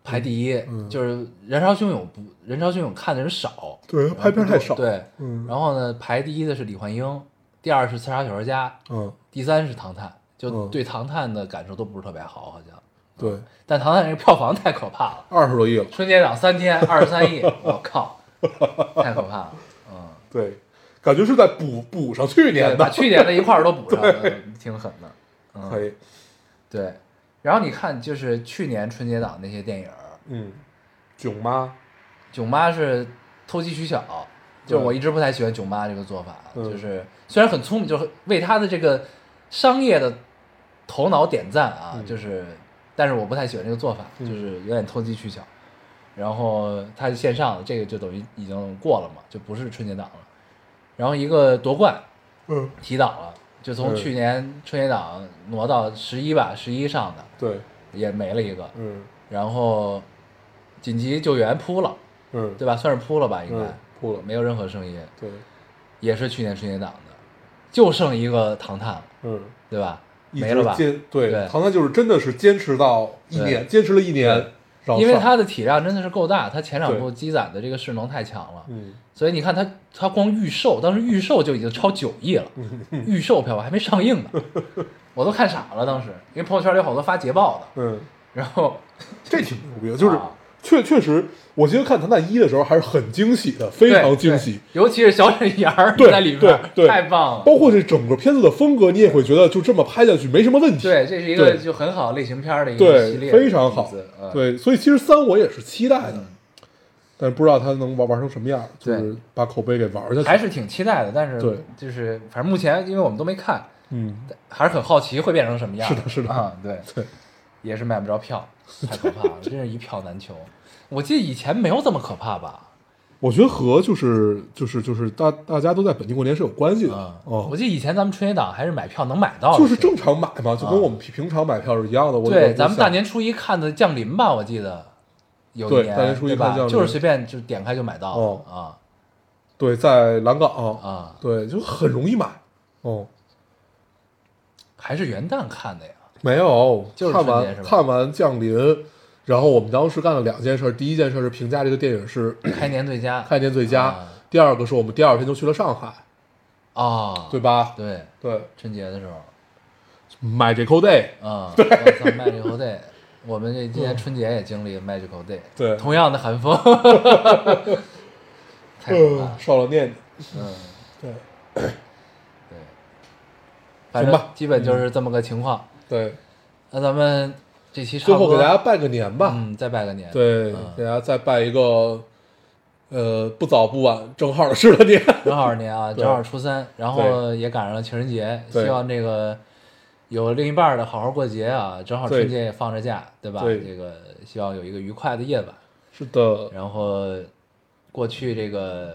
Speaker 3: 排第一，就是《人潮汹涌》不，《人潮汹涌》看的人少，
Speaker 4: 对，拍片太少。，
Speaker 3: 对，
Speaker 4: 嗯
Speaker 3: 然后呢，排第一的是李焕英，第二是刺杀小说家，
Speaker 4: 嗯，
Speaker 3: 第三是唐探，就
Speaker 4: 嗯
Speaker 3: 对唐探的感受都不是特别好，好像。
Speaker 4: 对，
Speaker 3: 但唐探这个票房太可怕了，
Speaker 4: 二十多亿了。
Speaker 3: 春节档三天二十 三亿，我靠，太可怕了。嗯，
Speaker 4: 对，感觉是在补补上去
Speaker 3: 对，
Speaker 4: 年
Speaker 3: 把
Speaker 4: 的。
Speaker 3: 去年的一块儿都补上了，挺狠的。嗯
Speaker 4: 可以，
Speaker 3: 对，然后你看，就是去年春节档那些电影儿，
Speaker 4: 嗯，囧妈，
Speaker 3: 囧妈是投机取巧，就是我一直不太喜欢囧妈这个做法，
Speaker 4: 嗯
Speaker 3: 就是虽然很聪明，就是为她的这个商业的头脑点赞啊，
Speaker 4: 嗯
Speaker 3: 就是，但是我不太喜欢这个做法，就是有点投机取巧。然后它是线上的，这个就等于已经过了嘛，就不是春节档了。然后一个夺冠
Speaker 4: 嗯，
Speaker 3: 提档了，就从
Speaker 4: 嗯
Speaker 3: 去年春节档挪到十一吧，十一上的
Speaker 4: 对，
Speaker 3: 也没了一个。
Speaker 4: 嗯
Speaker 3: 然后紧急救援扑了。
Speaker 4: 嗯，
Speaker 3: 对吧？算是扑了吧，应该、
Speaker 4: 嗯扑了
Speaker 3: 没有任何声音，
Speaker 4: 对，
Speaker 3: 也是去年春节档的，就剩一个唐探了，
Speaker 4: 嗯，
Speaker 3: 对吧？
Speaker 4: 一
Speaker 3: 没
Speaker 4: 直
Speaker 3: 了吧？
Speaker 4: 坚对
Speaker 3: 对
Speaker 4: 唐探就是真的是坚持到一
Speaker 3: 对
Speaker 4: 年，坚持了一年，然后
Speaker 3: 因为
Speaker 4: 上
Speaker 3: 它的体量真的是够大，它前两
Speaker 4: 对
Speaker 3: 部积攒的这个势能太强了，
Speaker 4: 嗯
Speaker 3: 所以你看它，它光预售当时预售就已经超九亿了，
Speaker 4: 嗯
Speaker 3: 预售票房还没上映 呢，我都看傻了当时，因为朋友圈里有好多发捷报的，
Speaker 4: 嗯，
Speaker 3: 然后
Speaker 4: 这挺牛逼的，就是
Speaker 3: 啊
Speaker 4: 确确实，我记得看唐探一的时候还是很惊喜的，非
Speaker 3: 对
Speaker 4: 常惊
Speaker 3: 对
Speaker 4: 喜。
Speaker 3: 尤其是小沈阳儿
Speaker 4: 对
Speaker 3: 在里边
Speaker 4: 对
Speaker 3: 儿，
Speaker 4: 对
Speaker 3: 太棒了。
Speaker 4: 包括这整个片子的风格，你也会觉得就这么拍下去没什么问题。
Speaker 3: 对，这是一个
Speaker 4: 对
Speaker 3: 就很好类型片儿的一个系
Speaker 4: 对，
Speaker 3: 列，
Speaker 4: 非常好
Speaker 3: 例子嗯、。
Speaker 4: 对，所以其实三我也是期待的，但是不知道他能玩玩成什么样，就
Speaker 3: 对
Speaker 4: 是把口碑给玩下去。
Speaker 3: 还是挺期待的，但是
Speaker 4: 对
Speaker 3: 就是反正目前因为我们都没看，
Speaker 4: 嗯，
Speaker 3: 还是很好奇会变成什么样。
Speaker 4: 是的是的
Speaker 3: 啊、对
Speaker 4: 对，
Speaker 3: 也是买不着 票，太可怕了，真是一票难求。我记得以前没有这么可怕吧？
Speaker 4: 我觉得和就是就是就是大大家都在本地过年是有关系的
Speaker 3: 啊、我
Speaker 4: 哦，
Speaker 3: 记得以前咱们春节档还是买票能买到的，
Speaker 4: 就是正常买嘛，就
Speaker 3: 啊
Speaker 4: 跟我们平平常买票是一样的。我
Speaker 3: 对，
Speaker 4: 我
Speaker 3: 咱们大
Speaker 4: 想
Speaker 3: 年初一看的《降临》吧，我记得有一
Speaker 4: 对
Speaker 3: 年
Speaker 4: 大年初一
Speaker 3: 对吧
Speaker 4: 看降临
Speaker 3: 就是随便就点开就买到了、
Speaker 4: 哦对在蓝港
Speaker 3: 啊啊，
Speaker 4: 对就很容易买哦。
Speaker 3: 还是元旦看的呀。
Speaker 4: 没有，
Speaker 3: 就是
Speaker 4: 看
Speaker 3: 春节是
Speaker 4: 完
Speaker 3: 吧
Speaker 4: 看完《降临》，然后我们当时干了两件事，第一件事是评价这个电影是
Speaker 3: 开年最佳
Speaker 4: 看见最佳，
Speaker 3: 啊
Speaker 4: 第二个是我们第二天就去了上海，
Speaker 3: 啊，
Speaker 4: 对吧？
Speaker 3: 对，
Speaker 4: 对
Speaker 3: 春节的时候
Speaker 4: 买 y Magical Day，
Speaker 3: 啊，对，Magical Day，我们这今年春节也经历了 Magical Day，
Speaker 4: 对
Speaker 3: 同样的 寒风，太可怕
Speaker 4: 嗯
Speaker 3: 了，，
Speaker 4: 少了念念，
Speaker 3: 嗯，
Speaker 4: 对
Speaker 3: 对，反正
Speaker 4: 行吧嗯
Speaker 3: 基本就是这么个情况。
Speaker 4: 对，
Speaker 3: 那咱们这期差
Speaker 4: 最
Speaker 3: 不
Speaker 4: 后
Speaker 3: 多，
Speaker 4: 给大家拜个年吧，
Speaker 3: 嗯，再拜个年，
Speaker 4: 对，
Speaker 3: 嗯
Speaker 4: 给大家再拜一个，呃，不早不晚，正好是个年，
Speaker 3: 正好是年啊，正好是初三，然后也赶上了情人节，
Speaker 4: 对
Speaker 3: 希望这个有另一半儿的好好过节啊，正好
Speaker 4: 对
Speaker 3: 春节也放着假，对吧？
Speaker 4: 对
Speaker 3: 这个希望有一个愉快的夜晚。
Speaker 4: 是的，
Speaker 3: 然后过去这个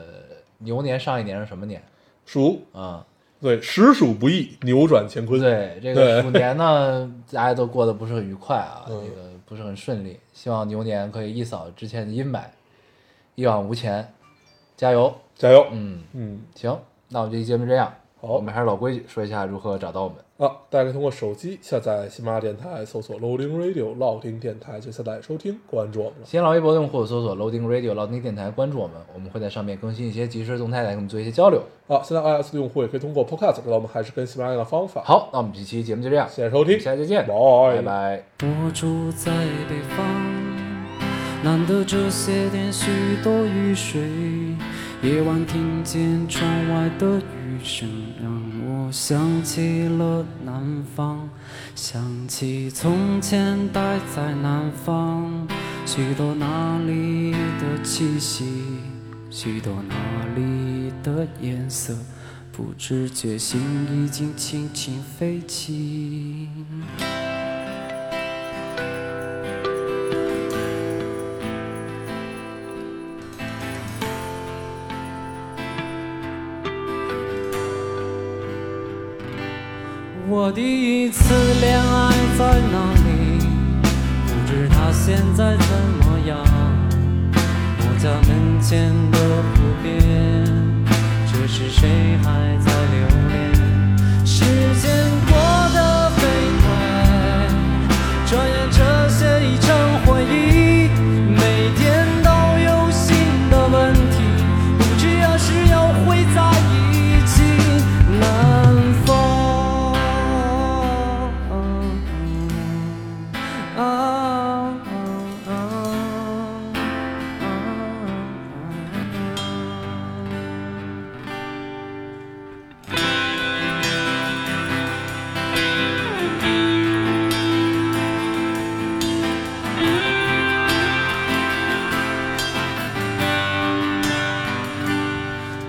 Speaker 3: 牛年上一年是什么年
Speaker 4: 鼠，
Speaker 3: 啊？
Speaker 4: 对，实属不易，扭转乾坤，
Speaker 3: 对，这个
Speaker 4: 对
Speaker 3: 鼠年呢，大家都过得不是很愉快啊，
Speaker 4: 嗯
Speaker 3: 这个不是很顺利。希望牛年可以一扫之前的阴霾，一往无前，加油！
Speaker 4: 加油，
Speaker 3: 嗯，
Speaker 4: 嗯，
Speaker 3: 行，那我们这期节目就这样。
Speaker 4: 好
Speaker 3: 我们还是老规矩，说一下如何找到我们。
Speaker 4: 啊，大家可以通过手机下载喜马拉雅电台，搜索 Loading Radio 老丁电台就下载收听，关注我们了。
Speaker 3: 新浪微博用户搜索 Loading Radio 老丁电台，关注我们，我们会在上面更新一些即时动态，来跟我们做一些交流。
Speaker 4: 啊，现在 iOS 的用户也可以通过 Podcast 找到我们，还是跟喜马拉雅的方法。，
Speaker 3: 好，那我们这期节目就这样，
Speaker 4: 谢谢收听，
Speaker 3: 下期再见，拜
Speaker 4: 拜
Speaker 3: 拜。
Speaker 5: 我住在北方，难得这些天许多雨水。夜晚听见窗外的雨声，让我想起了南方，想起从前待在南方，许多那里的气息，许多那里的颜色，不知觉心已经轻轻飞起。我第一次恋爱在哪里？不知他现在怎么样。我家门前的湖边，这时谁还在留恋？时间过得飞快，转眼这些已成回忆。每天都有新的问题，不知何时又会在一起。南方。啊啊啊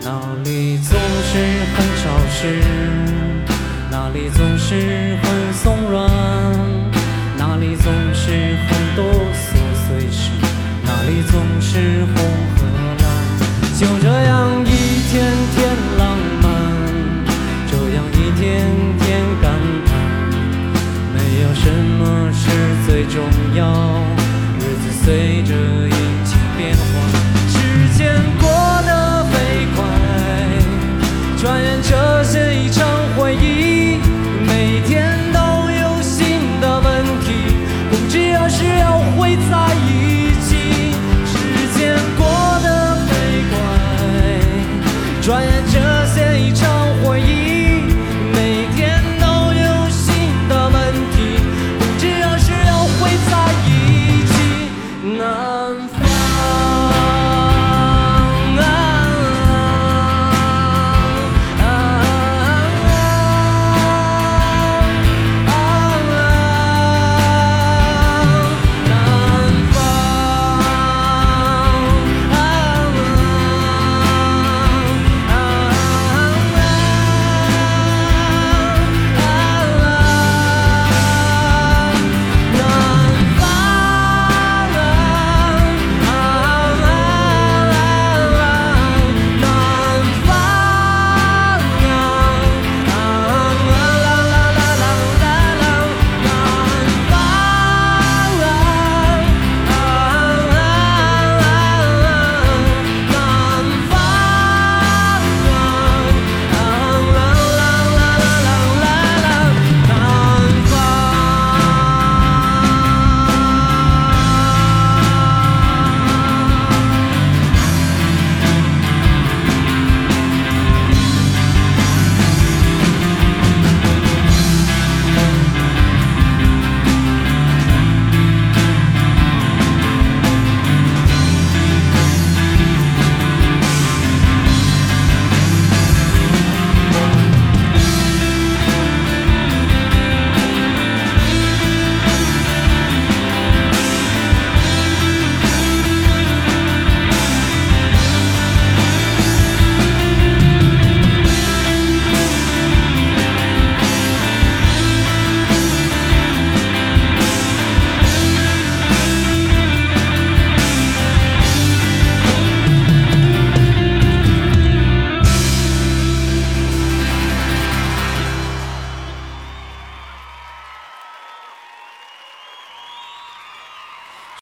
Speaker 5: 那里总是很潮湿，那里总是很松软，那里总是很多